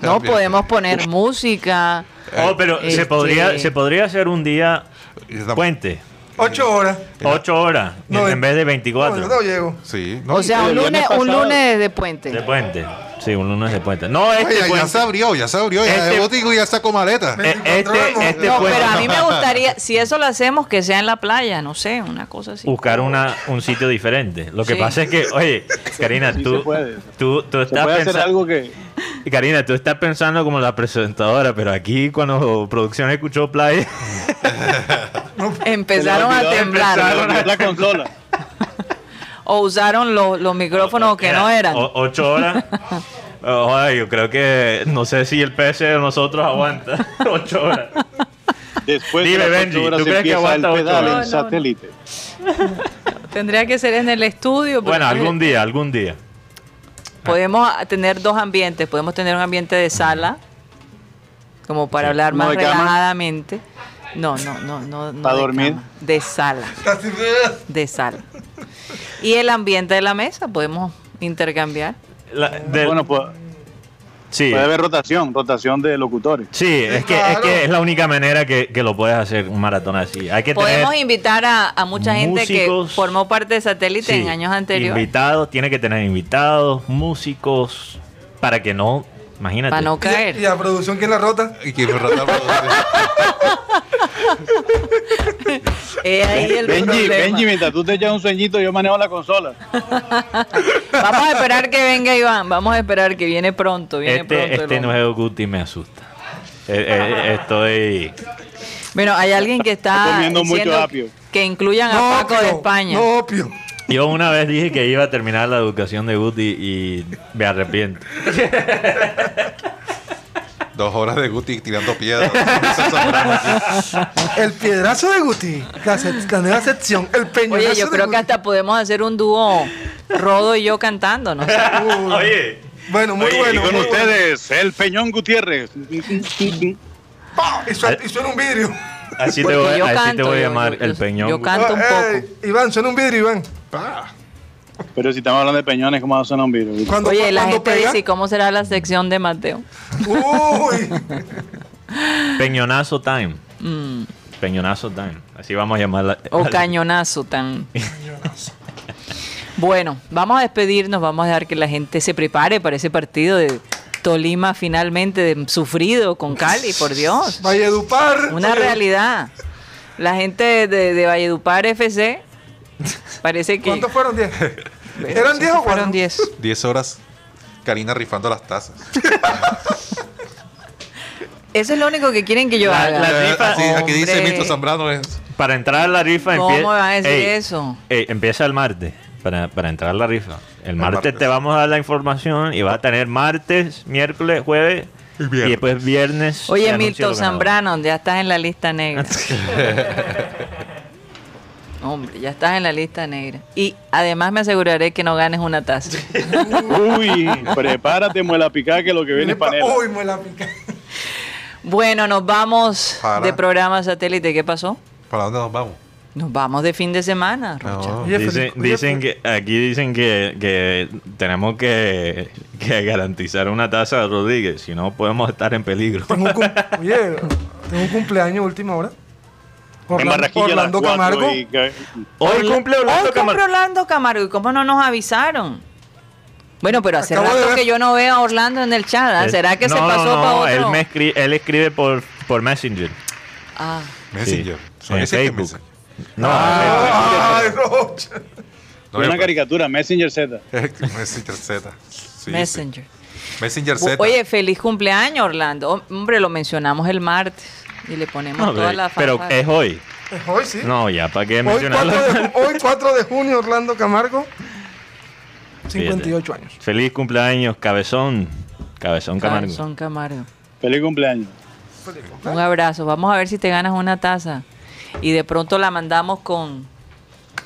[SPEAKER 2] No
[SPEAKER 7] También.
[SPEAKER 2] podemos poner música.
[SPEAKER 4] Oh, pero
[SPEAKER 2] Este-
[SPEAKER 4] se, podría, se podría hacer un día
[SPEAKER 7] Y estamos-
[SPEAKER 4] puente.
[SPEAKER 6] 8 horas.
[SPEAKER 4] 8 horas
[SPEAKER 6] No,
[SPEAKER 4] en-
[SPEAKER 6] eh,
[SPEAKER 4] en vez de
[SPEAKER 6] No,
[SPEAKER 4] 24.
[SPEAKER 6] no, no llego.
[SPEAKER 7] Sí, no,
[SPEAKER 2] O sea,
[SPEAKER 5] el
[SPEAKER 2] un lunes,
[SPEAKER 5] viernes
[SPEAKER 2] un
[SPEAKER 5] pasado-
[SPEAKER 2] lunes de puente.
[SPEAKER 4] De puente. Sí, un lunes de puente. No,
[SPEAKER 7] Ay,
[SPEAKER 4] este
[SPEAKER 7] ya, ya
[SPEAKER 4] puente.
[SPEAKER 7] se abrió, ya se abrió, ya
[SPEAKER 4] Este-
[SPEAKER 7] el botico ya sacó maleta.
[SPEAKER 4] Eh, Este, este
[SPEAKER 5] pues.
[SPEAKER 2] No,
[SPEAKER 4] puente.
[SPEAKER 2] pero a mí me gustaría, si eso lo hacemos, que sea en la playa, no sé, una cosa así.
[SPEAKER 4] buscar una, un sitio diferente. Lo que
[SPEAKER 2] Sí.
[SPEAKER 4] pasa es que, oye, Karina,
[SPEAKER 5] Sí,
[SPEAKER 4] tú,
[SPEAKER 5] se puede.
[SPEAKER 4] tú, tú
[SPEAKER 5] Se
[SPEAKER 4] estás
[SPEAKER 5] puede hacer
[SPEAKER 4] pensando...
[SPEAKER 5] algo que.
[SPEAKER 4] Karina, tú estás pensando como la presentadora, pero aquí cuando producción escuchó playa...
[SPEAKER 2] Empezaron
[SPEAKER 5] Se
[SPEAKER 2] a
[SPEAKER 5] le olvidó
[SPEAKER 2] temblar
[SPEAKER 4] Empezaron a-
[SPEAKER 5] La consola.
[SPEAKER 2] o usaron los, los micrófonos que no
[SPEAKER 4] Era
[SPEAKER 2] eran.
[SPEAKER 4] o- ocho horas. Oh, Ay, yo creo que no sé si el PC de nosotros aguanta ocho horas.
[SPEAKER 5] Después
[SPEAKER 4] Dime,
[SPEAKER 5] de las
[SPEAKER 4] Benji,
[SPEAKER 5] ocho horas
[SPEAKER 4] ¿tú crees que
[SPEAKER 5] empieza
[SPEAKER 4] aguanta
[SPEAKER 5] el
[SPEAKER 4] ocho
[SPEAKER 5] pedal,
[SPEAKER 4] horas?
[SPEAKER 5] el
[SPEAKER 2] No, no, no.
[SPEAKER 5] satélite.
[SPEAKER 2] Tendría que ser en el estudio. pero
[SPEAKER 4] Bueno, algún día, algún día.
[SPEAKER 2] Podemos tener dos ambientes. Podemos tener un ambiente de sala, como para hablar
[SPEAKER 5] ¿No
[SPEAKER 2] más
[SPEAKER 5] de cama?
[SPEAKER 2] relajadamente. No, no, no, no. no
[SPEAKER 5] ¿Para
[SPEAKER 2] de
[SPEAKER 5] dormir?
[SPEAKER 2] cama, de sala. De sala. Y el ambiente de la mesa, podemos intercambiar.
[SPEAKER 4] La- del-
[SPEAKER 5] Bueno, pues
[SPEAKER 4] sí,
[SPEAKER 5] puede haber rotación, rotación de locutores.
[SPEAKER 4] sí es, que, es
[SPEAKER 6] claro.
[SPEAKER 4] que es la única manera que, que lo puedes hacer un maratón así. Hay que
[SPEAKER 2] Podemos
[SPEAKER 4] tener
[SPEAKER 2] invitar a, a mucha gente que
[SPEAKER 4] músicos.
[SPEAKER 2] formó parte de satélite
[SPEAKER 4] sí,
[SPEAKER 2] en años anteriores.
[SPEAKER 4] invitados, tiene que tener invitados, músicos, para que no, imagínate.
[SPEAKER 2] Para no
[SPEAKER 6] Y a-
[SPEAKER 2] caer.
[SPEAKER 6] ¿Y a producción quién la rota?
[SPEAKER 7] Y que me rata-
[SPEAKER 2] He ahí el
[SPEAKER 5] Benji,
[SPEAKER 2] problema.
[SPEAKER 5] Benji, mientras tú te echas un sueñito, yo manejo la consola.
[SPEAKER 2] Vamos a esperar que venga Iván. Vamos a esperar que viene pronto. Viene
[SPEAKER 4] Este,
[SPEAKER 2] pronto el
[SPEAKER 4] este
[SPEAKER 2] hombre.
[SPEAKER 4] nuevo Guti me asusta. Eh, eh, estoy...
[SPEAKER 2] Bueno, hay alguien que está
[SPEAKER 5] Está comiendo mucho
[SPEAKER 2] diciendo
[SPEAKER 5] apio.
[SPEAKER 2] que incluyan a Ah, Paco de
[SPEAKER 6] opio,
[SPEAKER 2] España.
[SPEAKER 6] No, opio.
[SPEAKER 4] Yo una vez dije que iba a terminar la educación de Guti y me arrepiento.
[SPEAKER 7] Dos horas de Guti tirando piedras. Esas son las-
[SPEAKER 6] El piedrazo de Guti. La, sec- la nueva sección. El peñonazo
[SPEAKER 2] Oye, yo
[SPEAKER 6] de
[SPEAKER 2] creo
[SPEAKER 6] Guti.
[SPEAKER 2] que hasta podemos hacer un dúo Rodo y yo cantando, ¿no?
[SPEAKER 6] Uy.
[SPEAKER 4] Oye,
[SPEAKER 6] Bueno, muy
[SPEAKER 4] Oye,
[SPEAKER 5] Y
[SPEAKER 6] bueno.
[SPEAKER 5] con
[SPEAKER 6] muy bueno.
[SPEAKER 5] ustedes, el Peñón Gutiérrez.
[SPEAKER 6] ¡Pah! Y, suena, y suena un vidrio.
[SPEAKER 4] así te
[SPEAKER 2] Porque
[SPEAKER 4] voy,
[SPEAKER 2] yo
[SPEAKER 4] así
[SPEAKER 2] canto,
[SPEAKER 4] te voy a
[SPEAKER 2] yo-
[SPEAKER 4] llamar
[SPEAKER 2] yo-
[SPEAKER 4] el
[SPEAKER 2] yo-
[SPEAKER 4] peñón.
[SPEAKER 2] yo canto. Canta un
[SPEAKER 6] Eh, Iván, suena un vidrio, Iván.
[SPEAKER 5] Pero si estamos hablando de peñones, ¿cómo va a sonar un virus?
[SPEAKER 6] Cuando,
[SPEAKER 2] Oye, la
[SPEAKER 6] cuando
[SPEAKER 2] gente
[SPEAKER 6] pega.
[SPEAKER 2] dice, ¿y ¿cómo será la sección de Mateo?
[SPEAKER 6] Uy.
[SPEAKER 4] Peñonazo time.
[SPEAKER 2] Mm.
[SPEAKER 4] Peñonazo time. Así vamos a llamarla.
[SPEAKER 2] O cañonazo tan. Bueno, vamos a despedirnos, vamos a dejar que la gente se prepare para ese partido de Tolima finalmente de- sufrido con Cali, por Dios.
[SPEAKER 6] Valledupar.
[SPEAKER 2] Una
[SPEAKER 6] Valledu-
[SPEAKER 2] realidad. La gente de, de Valledupar FC parece que.
[SPEAKER 6] ¿Cuántos fueron? ¿Diez?
[SPEAKER 2] Pero
[SPEAKER 6] ¿Eran
[SPEAKER 2] sí
[SPEAKER 6] diez o cuatro?
[SPEAKER 2] Fueron 10.
[SPEAKER 7] Diez horas, Karina rifando las tazas.
[SPEAKER 2] Eso es lo único que quieren que yo
[SPEAKER 4] La-
[SPEAKER 2] haga.
[SPEAKER 4] la
[SPEAKER 3] Eh,
[SPEAKER 4] rifa-
[SPEAKER 3] así- aquí dice
[SPEAKER 2] Hombre.
[SPEAKER 3] Mito Zambrano es.
[SPEAKER 4] Para entrar a la rifa
[SPEAKER 2] ¿Cómo
[SPEAKER 4] empie-
[SPEAKER 2] me van a decir
[SPEAKER 4] Ey,
[SPEAKER 2] eso?
[SPEAKER 4] ey, empieza el martes. Para, para entrar a la rifa. El, martes,
[SPEAKER 3] martes.
[SPEAKER 4] te vamos a dar la información y vas a tener martes, miércoles, jueves
[SPEAKER 3] Y
[SPEAKER 4] y,
[SPEAKER 3] viernes.
[SPEAKER 4] después viernes. se
[SPEAKER 2] Oye,
[SPEAKER 4] anuncia el
[SPEAKER 2] Milton
[SPEAKER 4] ganador.
[SPEAKER 2] Zambrano, ya estás en la lista negra. Hombre, ya estás en la lista negra. Y además me aseguraré que no ganes una taza.
[SPEAKER 5] Uy, prepárate, muela picada, que lo que viene es panela.
[SPEAKER 6] Uy, me la pica.
[SPEAKER 2] Bueno, nos vamos
[SPEAKER 3] Para.
[SPEAKER 2] de programa satélite. ¿Qué pasó?
[SPEAKER 3] ¿Para dónde nos vamos?
[SPEAKER 2] Nos vamos de fin de semana, Rocha.
[SPEAKER 3] No.
[SPEAKER 6] Oye,
[SPEAKER 4] Dicen,
[SPEAKER 6] Federico, oye,
[SPEAKER 4] dicen que aquí dicen que, que tenemos que, que garantizar una tasa de Rodríguez, si no podemos estar en peligro.
[SPEAKER 6] Tengo un, cum- oye, tengo un cumpleaños última hora.
[SPEAKER 5] en
[SPEAKER 6] Orlando-
[SPEAKER 5] Barranquilla a las
[SPEAKER 6] Orlando
[SPEAKER 5] cuatro
[SPEAKER 6] Camargo.
[SPEAKER 5] y que-
[SPEAKER 4] Hoy
[SPEAKER 2] Orla-
[SPEAKER 4] cumple
[SPEAKER 2] Hoy
[SPEAKER 4] Orlando
[SPEAKER 2] cumple
[SPEAKER 4] Camargo.
[SPEAKER 2] Oh, Orlando Camargo. ¿Y cómo no nos avisaron? Bueno, pero hace
[SPEAKER 6] Acabo de
[SPEAKER 2] rato
[SPEAKER 6] ver.
[SPEAKER 2] que yo no veo a Orlando en el chat. ¿ah? ¿Será que
[SPEAKER 4] No,
[SPEAKER 2] se
[SPEAKER 4] no,
[SPEAKER 2] pasó
[SPEAKER 4] no,
[SPEAKER 2] para otro?
[SPEAKER 4] Él, me escri- él escribe por, por Messenger.
[SPEAKER 2] Ah,
[SPEAKER 3] Messenger.
[SPEAKER 4] Sí,
[SPEAKER 3] Son
[SPEAKER 4] en
[SPEAKER 3] ese que
[SPEAKER 4] Facebook.
[SPEAKER 3] Messenger.
[SPEAKER 4] No,
[SPEAKER 6] Ay, Rocha.
[SPEAKER 3] No,
[SPEAKER 5] una
[SPEAKER 3] yo-
[SPEAKER 5] caricatura, Messenger Z.
[SPEAKER 3] Messenger Z. Sí,
[SPEAKER 2] Messenger.
[SPEAKER 3] sí. Messenger
[SPEAKER 2] Bu-
[SPEAKER 3] Z.
[SPEAKER 2] Oye, feliz cumpleaños, Orlando. Hom- Hombre, lo mencionamos el martes y le ponemos
[SPEAKER 4] no,
[SPEAKER 2] toda la
[SPEAKER 4] pero
[SPEAKER 2] fanfarria.
[SPEAKER 4] es hoy.
[SPEAKER 6] Es hoy, sí.
[SPEAKER 4] No, ya, ¿para qué
[SPEAKER 6] hoy, 4
[SPEAKER 4] mencionarlo?
[SPEAKER 6] de, hoy 4 de junio, Orlando Camargo.
[SPEAKER 4] Fíjate.
[SPEAKER 6] 58 años.
[SPEAKER 4] Feliz cumpleaños, Cabezón. Cabezón Camargo.
[SPEAKER 2] Cabezón Camargo.
[SPEAKER 5] Feliz cumpleaños.
[SPEAKER 2] Un abrazo. Vamos a ver si te ganas una taza. Y de pronto la mandamos con,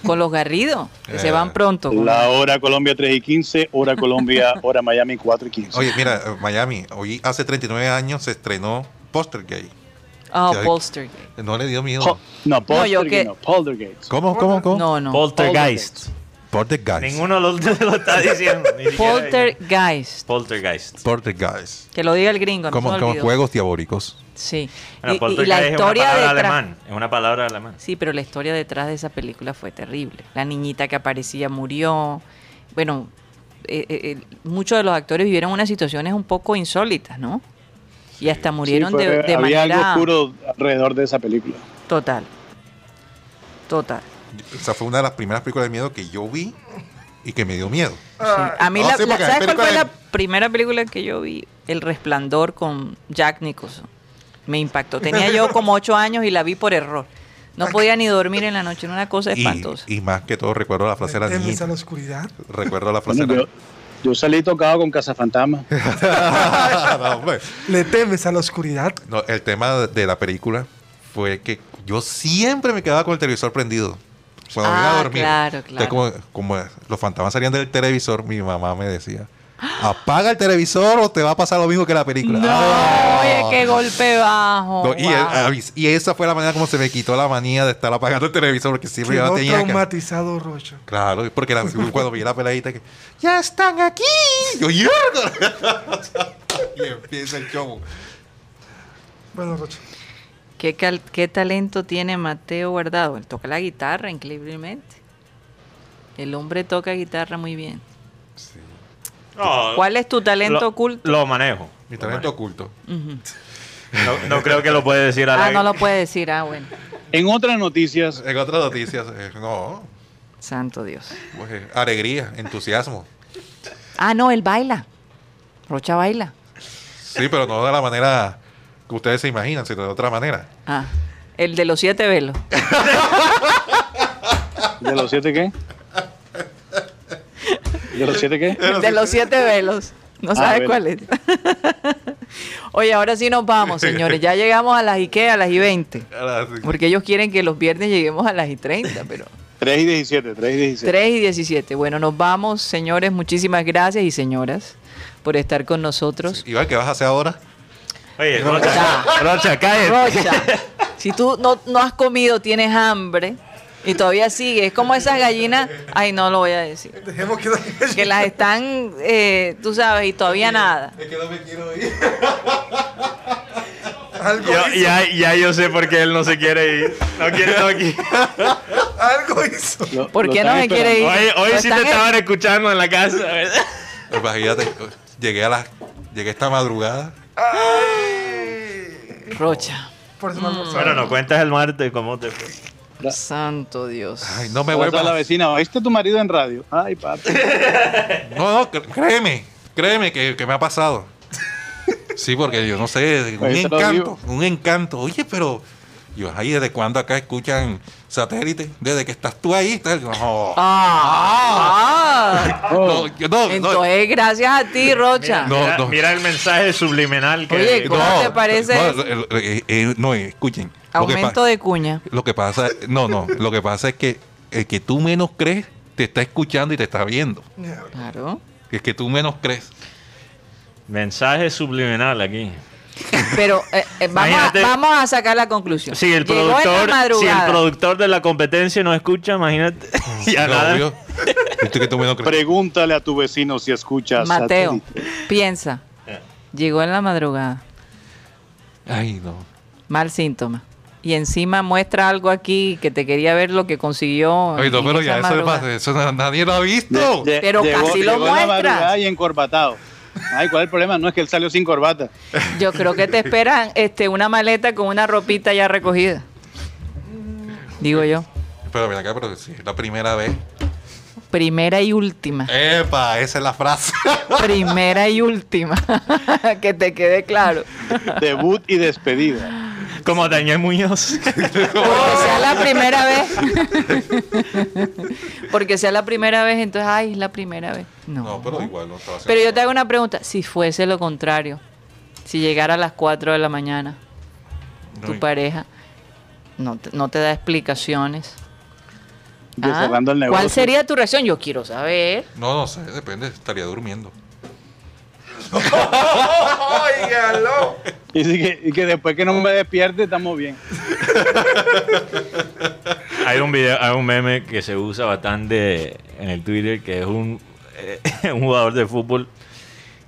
[SPEAKER 2] con los Garridos, que
[SPEAKER 4] Eh.
[SPEAKER 2] se van pronto. con-
[SPEAKER 5] La hora Colombia 3 y 15, hora Colombia, hora Miami 4 y 15.
[SPEAKER 3] Oye, mira, eh, Miami, hoy hace 39 años se estrenó Poster Gay.
[SPEAKER 2] Ah,
[SPEAKER 3] Ya-
[SPEAKER 2] Poltergeist.
[SPEAKER 3] No le dio miedo.
[SPEAKER 5] Po- no,
[SPEAKER 2] No, yo
[SPEAKER 5] Poltergeist,
[SPEAKER 2] qué-
[SPEAKER 5] no, Poltergeist.
[SPEAKER 3] ¿Cómo, cómo, cómo?
[SPEAKER 2] No, no.
[SPEAKER 4] Poltergeist.
[SPEAKER 3] Porter Guys.
[SPEAKER 4] Ninguno lo, lo está diciendo. ni siquiera ella.
[SPEAKER 2] Poltergeist.
[SPEAKER 4] Poltergeist.
[SPEAKER 3] Porter Guys.
[SPEAKER 2] Que lo diga el gringo. no
[SPEAKER 3] Como,
[SPEAKER 2] se me
[SPEAKER 3] como
[SPEAKER 2] olvidó.
[SPEAKER 3] juegos diabólicos.
[SPEAKER 2] Sí.
[SPEAKER 4] Bueno,
[SPEAKER 2] Y- y,
[SPEAKER 4] Poltergeist
[SPEAKER 2] la
[SPEAKER 4] es
[SPEAKER 2] historia
[SPEAKER 4] una palabra
[SPEAKER 2] detrás.
[SPEAKER 4] alemán. Es una palabra alemán.
[SPEAKER 2] Sí, pero la historia detrás de esa película fue terrible. La niñita que aparecía murió. Bueno, eh, eh, eh, muchos de los actores vivieron unas situaciones un poco insólitas, ¿no? Y hasta murieron
[SPEAKER 5] Sí, fue-
[SPEAKER 2] de, de
[SPEAKER 5] había
[SPEAKER 2] manera
[SPEAKER 5] algo oscuro alrededor de esa película.
[SPEAKER 2] total. Total.
[SPEAKER 3] O sea, fue una de las primeras películas de miedo que yo vi y que me dio miedo.
[SPEAKER 2] Sí. A mí,
[SPEAKER 3] no,
[SPEAKER 2] la,
[SPEAKER 3] sí,
[SPEAKER 2] la-
[SPEAKER 3] porque hay
[SPEAKER 2] ¿sabes cuál fue
[SPEAKER 3] películas
[SPEAKER 2] la primera película que yo vi? El Resplandor con Jack Nicholson. Me impactó. Tenía yo como ocho años y la vi por error. No podía ni dormir en la noche, era una cosa
[SPEAKER 3] Y,
[SPEAKER 2] espantosa.
[SPEAKER 3] y más que todo recuerdo la frase de la
[SPEAKER 6] Temis a
[SPEAKER 3] niñita.
[SPEAKER 6] la oscuridad.
[SPEAKER 3] Recuerdo la frase
[SPEAKER 5] Bueno,
[SPEAKER 3] de
[SPEAKER 5] yo, yo salí tocado con Cazafantasma.
[SPEAKER 3] la No, hombre.
[SPEAKER 6] Le temes a la oscuridad.
[SPEAKER 3] No, el tema de- de la película fue que yo siempre me quedaba con el televisor prendido. Cuando me iba
[SPEAKER 2] Ah,
[SPEAKER 3] a dormir.
[SPEAKER 2] claro,
[SPEAKER 3] Entonces,
[SPEAKER 2] claro.
[SPEAKER 3] como, como los fantasmas salían del televisor, mi mamá me decía, apaga el televisor o te va a pasar lo mismo que la película.
[SPEAKER 2] No,
[SPEAKER 3] ¡Ah!
[SPEAKER 2] oye, qué golpe bajo.
[SPEAKER 3] No, y, el-
[SPEAKER 2] guau.
[SPEAKER 3] avis- y esa fue la manera como se me quitó la manía de estar apagando el televisor porque siempre pues, yo
[SPEAKER 6] Quedó
[SPEAKER 3] tenía que...
[SPEAKER 6] traumatizado, Rocha.
[SPEAKER 3] Claro, porque la- cuando vi la peladita que ya están aquí. Yo, "Yerga". y empieza el show.
[SPEAKER 6] Bueno, Rocha.
[SPEAKER 2] ¿Qué, cal- qué talento tiene Mateo Guardado? Él toca la guitarra increíblemente. El hombre toca guitarra muy bien.
[SPEAKER 4] No,
[SPEAKER 2] ¿Cuál es tu talento
[SPEAKER 4] lo-
[SPEAKER 2] oculto?
[SPEAKER 4] Lo manejo.
[SPEAKER 3] Mi
[SPEAKER 4] Lo
[SPEAKER 3] talento oculto.
[SPEAKER 2] Ujú.
[SPEAKER 4] manejo. No, no creo que lo puede decir a la
[SPEAKER 2] Ah, no lo puede decir. Ah, bueno.
[SPEAKER 5] En otras noticias,
[SPEAKER 3] En otras noticias, eh, no,
[SPEAKER 2] Santo Dios.
[SPEAKER 3] pues, eh, alegría, entusiasmo.
[SPEAKER 2] Ah, no, él baila. Rocha baila.
[SPEAKER 3] Sí, pero no de la manera que ustedes se imaginan, sino de otra manera.
[SPEAKER 2] Ah, el de los siete velos.
[SPEAKER 5] ¿de los siete qué? ¿De los siete qué?
[SPEAKER 2] El de los siete velos. Ah, No sabes
[SPEAKER 5] velo.
[SPEAKER 2] cuál es. Oye, ahora sí nos vamos, señores. Ya llegamos a las Ikea, a las I-20.
[SPEAKER 3] Ahora sí.
[SPEAKER 2] Porque ellos quieren que los viernes lleguemos a las I-30, pero...
[SPEAKER 5] 3 y 17, 3 y 17.
[SPEAKER 2] 3 y 17. Bueno, nos vamos, señores. Muchísimas gracias y señoras por estar con nosotros.
[SPEAKER 3] Iván, ¿qué vas a hacer ahora?
[SPEAKER 4] Oye, Rocha, Rocha, cállate.
[SPEAKER 2] Rocha, si tú no, no has comido, tienes hambre y todavía sigues, es como esas gallinas, ay, no lo voy a decir,
[SPEAKER 6] Dejemos que...
[SPEAKER 2] que las están, eh, tú sabes, y todavía nada.
[SPEAKER 3] Es que no me quiero ir.
[SPEAKER 6] algo,
[SPEAKER 4] Yo-
[SPEAKER 6] hizo,
[SPEAKER 4] ya, ya yo sé por qué él no se quiere ir. No quiere estar aquí.
[SPEAKER 6] algo hizo.
[SPEAKER 5] Lo-
[SPEAKER 2] ¿Por
[SPEAKER 5] lo
[SPEAKER 2] qué no
[SPEAKER 5] están
[SPEAKER 2] me quiere
[SPEAKER 5] esperando.
[SPEAKER 2] ir?
[SPEAKER 4] Hoy, hoy
[SPEAKER 2] Lo
[SPEAKER 4] sí te
[SPEAKER 2] están-
[SPEAKER 4] estaban escuchando en la casa, ¿verdad?
[SPEAKER 7] pues,
[SPEAKER 3] Imagínate, llegué a las. Llegué esta madrugada.
[SPEAKER 2] Rocha,
[SPEAKER 6] Por eso no almorzó.
[SPEAKER 4] Bueno, no cuentas el martes cómo te fue.
[SPEAKER 2] santo Dios.
[SPEAKER 3] Ay, no me
[SPEAKER 5] Me voy
[SPEAKER 3] vuelvas.
[SPEAKER 5] a la vecina, ¿oíste tu marido en radio? Ay, papi.
[SPEAKER 3] No, no, cr- créeme. Créeme que, que me ha pasado.
[SPEAKER 7] Sí, porque yo no sé, un
[SPEAKER 5] Ahí te lo
[SPEAKER 7] encanto,
[SPEAKER 5] digo.
[SPEAKER 7] un encanto. Oye, pero yo ahí desde cuándo acá escuchan satélite, desde que estás tú ahí, tal. No,
[SPEAKER 2] Ah, ah.
[SPEAKER 7] no, yo- no, no.
[SPEAKER 2] Entonces, gracias a ti, Rocha.
[SPEAKER 7] No,
[SPEAKER 4] mira,
[SPEAKER 7] no.
[SPEAKER 4] mira el mensaje subliminal que.
[SPEAKER 2] Ah, Oye, ¿cómo
[SPEAKER 7] No,
[SPEAKER 2] te parece
[SPEAKER 7] no,
[SPEAKER 2] eso?
[SPEAKER 7] eh, eh, eh, no, eh, escuchen. Lo que,
[SPEAKER 2] Aumento
[SPEAKER 7] pa-
[SPEAKER 2] de cuña.
[SPEAKER 7] lo que pasa, no, no, lo que pasa es que el que tú menos crees te está escuchando y te está viendo.
[SPEAKER 2] Mm. Claro.
[SPEAKER 7] El que tú menos crees.
[SPEAKER 4] Mensaje subliminal aquí.
[SPEAKER 2] Pero eh, eh, vamos, a,
[SPEAKER 4] Imagínate-
[SPEAKER 2] vamos a sacar la conclusión.
[SPEAKER 4] Si el,
[SPEAKER 2] Llegó en la
[SPEAKER 4] productor, si el
[SPEAKER 2] madrugada.
[SPEAKER 4] productor de la competencia no escucha, imagínate. ya
[SPEAKER 7] No,
[SPEAKER 4] nada.
[SPEAKER 7] obvio. El que tú menos crees.
[SPEAKER 5] Pregúntale a tu vecino si escuchas.
[SPEAKER 2] Mateo,
[SPEAKER 5] satélite.
[SPEAKER 2] piensa.
[SPEAKER 4] Eh.
[SPEAKER 2] Llegó en la madrugada.
[SPEAKER 7] Ay, no.
[SPEAKER 2] Mal síntoma. Y encima muestra algo aquí que te quería ver lo que consiguió.
[SPEAKER 7] Ay, no,
[SPEAKER 2] en
[SPEAKER 7] pero
[SPEAKER 2] esa
[SPEAKER 7] ya eso,
[SPEAKER 2] madrugada.
[SPEAKER 7] pasa, eso na- nadie lo ha visto.
[SPEAKER 5] Lle-
[SPEAKER 2] Pero casi lo
[SPEAKER 5] llegó en la
[SPEAKER 2] muestras.
[SPEAKER 5] madrugada y encorbatado. Ay, ¿cuál es el problema? No es que él salió sin corbata.
[SPEAKER 2] Yo creo que te esperan este, una maleta con una ropita ya recogida. Digo yo.
[SPEAKER 7] Pero ven acá, pero si es la primera vez.
[SPEAKER 2] Primera y última.
[SPEAKER 7] Epa, esa es la frase.
[SPEAKER 2] Primera y última. que te quede claro.
[SPEAKER 5] Debut y despedida.
[SPEAKER 4] Como Daniel Muñoz.
[SPEAKER 2] Porque sea la primera vez. Porque sea la primera vez, entonces, ay, es la primera vez. No.
[SPEAKER 7] No, pero igual no estaba
[SPEAKER 2] Pero yo te hago una pregunta. Si fuese lo contrario, si llegara a las 4 de la mañana, tu pareja no te, no te da explicaciones.
[SPEAKER 5] De
[SPEAKER 2] Ah,
[SPEAKER 5] cerrando el negocio.
[SPEAKER 2] ¿Cuál sería tu reacción? Yo quiero saber.
[SPEAKER 7] No, no sé, depende, estaría durmiendo.
[SPEAKER 5] Y, sí que, y que después que no me despierte, estamos bien.
[SPEAKER 4] hay un video, hay un meme que se usa bastante en el Twitter que es un, eh, un jugador de fútbol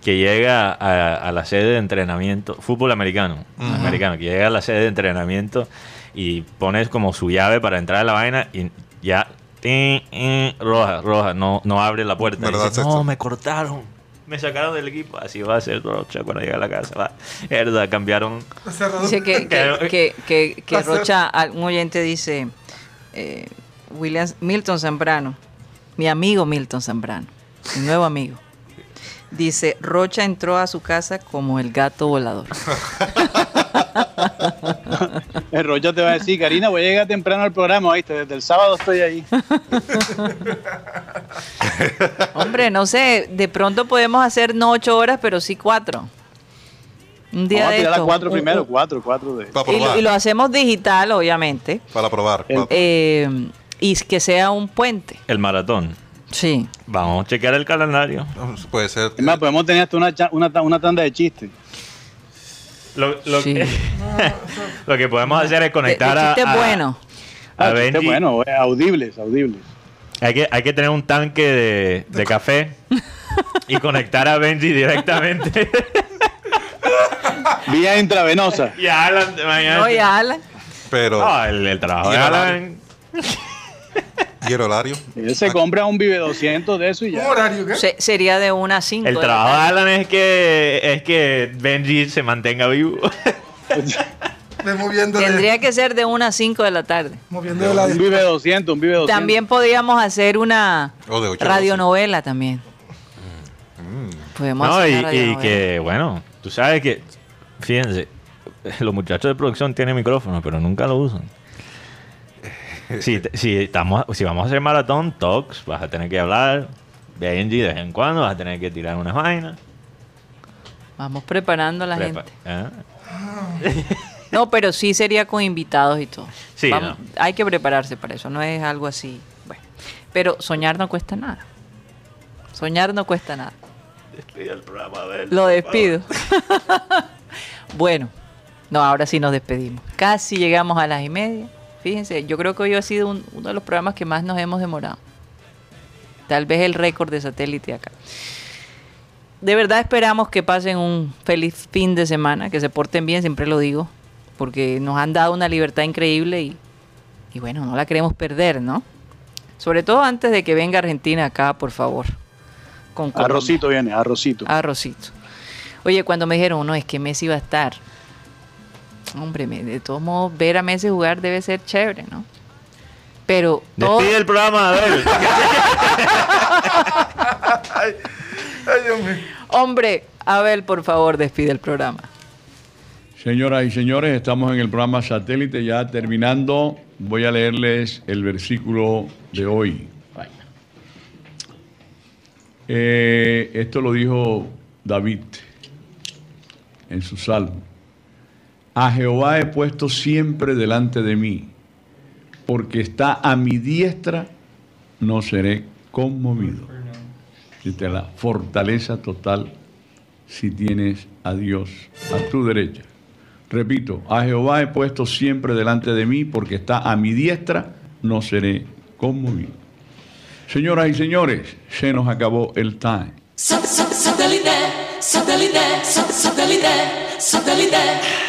[SPEAKER 4] que llega a, a la sede de entrenamiento, fútbol americano, americano, que llega a la sede de entrenamiento y pones como su llave para entrar a la vaina y ya tin, in, roja, roja, no, no abre la puerta.
[SPEAKER 7] ¿Verdad,
[SPEAKER 4] Dice,
[SPEAKER 7] Sexto?
[SPEAKER 4] no, me cortaron. Me sacaron del equipo, así va a ser Rocha cuando llega a la casa. Va. Herda, cambiaron.
[SPEAKER 2] Dice que, que, que, que- que Rocha, un oyente dice, eh, Williams, Milton Zambrano, mi amigo Milton Zambrano, mi nuevo amigo. Dice, Rocha entró a su casa como el gato volador.
[SPEAKER 5] El Rocha te va a decir, Karina, voy a llegar temprano al programa, ¿viste? Desde el sábado estoy ahí.
[SPEAKER 2] Hombre, no sé, de pronto podemos hacer no ocho horas, pero sí cuatro. Un día
[SPEAKER 5] Vamos a
[SPEAKER 2] de
[SPEAKER 5] tirar las
[SPEAKER 2] esto,
[SPEAKER 5] cuatro
[SPEAKER 2] un-
[SPEAKER 5] primero,
[SPEAKER 2] un-
[SPEAKER 5] cuatro, cuatro de.
[SPEAKER 7] Para
[SPEAKER 2] y, lo-
[SPEAKER 7] probar.
[SPEAKER 2] y lo hacemos digital, obviamente.
[SPEAKER 7] Para probar.
[SPEAKER 5] El-
[SPEAKER 7] pa-
[SPEAKER 2] eh, y que sea un puente.
[SPEAKER 4] El maratón.
[SPEAKER 2] Sí.
[SPEAKER 4] Vamos a chequear el calendario.
[SPEAKER 7] Puede ser.
[SPEAKER 5] Es más, podemos tener hasta una, cha- una, ta- una tanda de chistes.
[SPEAKER 4] Lo, lo
[SPEAKER 2] Sí.
[SPEAKER 4] que, lo que podemos hacer Este es
[SPEAKER 2] De-
[SPEAKER 4] conectar
[SPEAKER 2] de
[SPEAKER 4] a-
[SPEAKER 2] chiste
[SPEAKER 4] a,
[SPEAKER 2] bueno.
[SPEAKER 4] a
[SPEAKER 5] Ah, chistes
[SPEAKER 4] Benji.
[SPEAKER 5] bueno, eh, audibles, audibles.
[SPEAKER 4] Hay que, hay que tener un tanque de, de café y conectar a Benji directamente.
[SPEAKER 5] Vía intravenosa.
[SPEAKER 4] y a Alan de mañana.
[SPEAKER 2] Oye, Alan.
[SPEAKER 7] Pero.
[SPEAKER 4] Ah, el, el trabajo
[SPEAKER 7] Y
[SPEAKER 4] de
[SPEAKER 7] el
[SPEAKER 4] Alan.
[SPEAKER 7] ¿Y el horario?
[SPEAKER 5] Él se compra un Vive 200 de eso y
[SPEAKER 6] Un
[SPEAKER 5] ya.
[SPEAKER 6] horario, ¿qué?
[SPEAKER 2] Se- sería de una a cinco.
[SPEAKER 4] ¿Eh?
[SPEAKER 2] ¿eh?
[SPEAKER 4] El
[SPEAKER 2] de la
[SPEAKER 4] trabajo de
[SPEAKER 2] tarde.
[SPEAKER 4] Alan es que, es que Benji se mantenga vivo.
[SPEAKER 6] De moviendo de-
[SPEAKER 2] Tendría que ser de una a cinco de la tarde.
[SPEAKER 6] moviendo de la
[SPEAKER 5] Un Vive 200, un Vive 200.
[SPEAKER 2] También podríamos hacer una
[SPEAKER 7] O Oh, de ocho a
[SPEAKER 2] radionovela también. Podemos
[SPEAKER 4] Mm. no,
[SPEAKER 2] hacer
[SPEAKER 4] y,
[SPEAKER 2] una
[SPEAKER 4] y
[SPEAKER 2] radionovela.
[SPEAKER 4] que, bueno, tú sabes que, fíjense, los muchachos de producción tienen micrófonos, pero nunca lo usan. Si, te- si, estamos, si vamos a hacer maratón, talks, vas a tener que hablar. Benji de vez en cuando vas a tener que tirar unas vainas.
[SPEAKER 2] Vamos preparando a la
[SPEAKER 4] Prepa-
[SPEAKER 2] gente.
[SPEAKER 4] ¿Ah?
[SPEAKER 2] No, pero sí sería con invitados y todo.
[SPEAKER 4] Sí,
[SPEAKER 2] Vamos-
[SPEAKER 4] no.
[SPEAKER 2] Hay que prepararse para eso, no es algo así. Bueno, pero soñar no cuesta nada. Soñar no cuesta nada. Lo despido. bueno, no, ahora sí nos despedimos. Casi llegamos a las y media. Fíjense, yo creo que hoy ha sido un- uno de los programas que más nos hemos demorado. Tal vez el récord de satélite acá. De verdad esperamos que pasen un feliz fin de semana, que se porten bien, siempre lo digo, porque nos han dado una libertad increíble y, y bueno, no la queremos perder, ¿no? Sobre todo antes de que venga Argentina acá, por favor. Con Colombia.
[SPEAKER 5] Arrocito viene, arrocito.
[SPEAKER 2] Arrocito. Oye, cuando me dijeron, no, es que Messi va a estar. Hombre, me- de todos modos, ver a Messi jugar debe ser chévere, ¿no? Pero todo,
[SPEAKER 4] Despide el programa, Abel.
[SPEAKER 2] hombre, Abel, por favor, despide el programa.
[SPEAKER 8] Señoras y señores, estamos en el programa Satélite ya terminando. Voy a leerles el versículo de hoy. Eh, esto lo dijo David en su salmo. A Jehová he puesto siempre delante de mí, porque está a mi diestra, no seré conmovido. Esta es la fortaleza total si tienes a Dios a tu derecha. Repito, a Jehová he puesto siempre delante de mí, porque está a mi diestra, no seré conmovido. Señoras y señores, se nos acabó el time.
[SPEAKER 9] Sat- sat- Satellite, satellite, sat- satellite, satellite.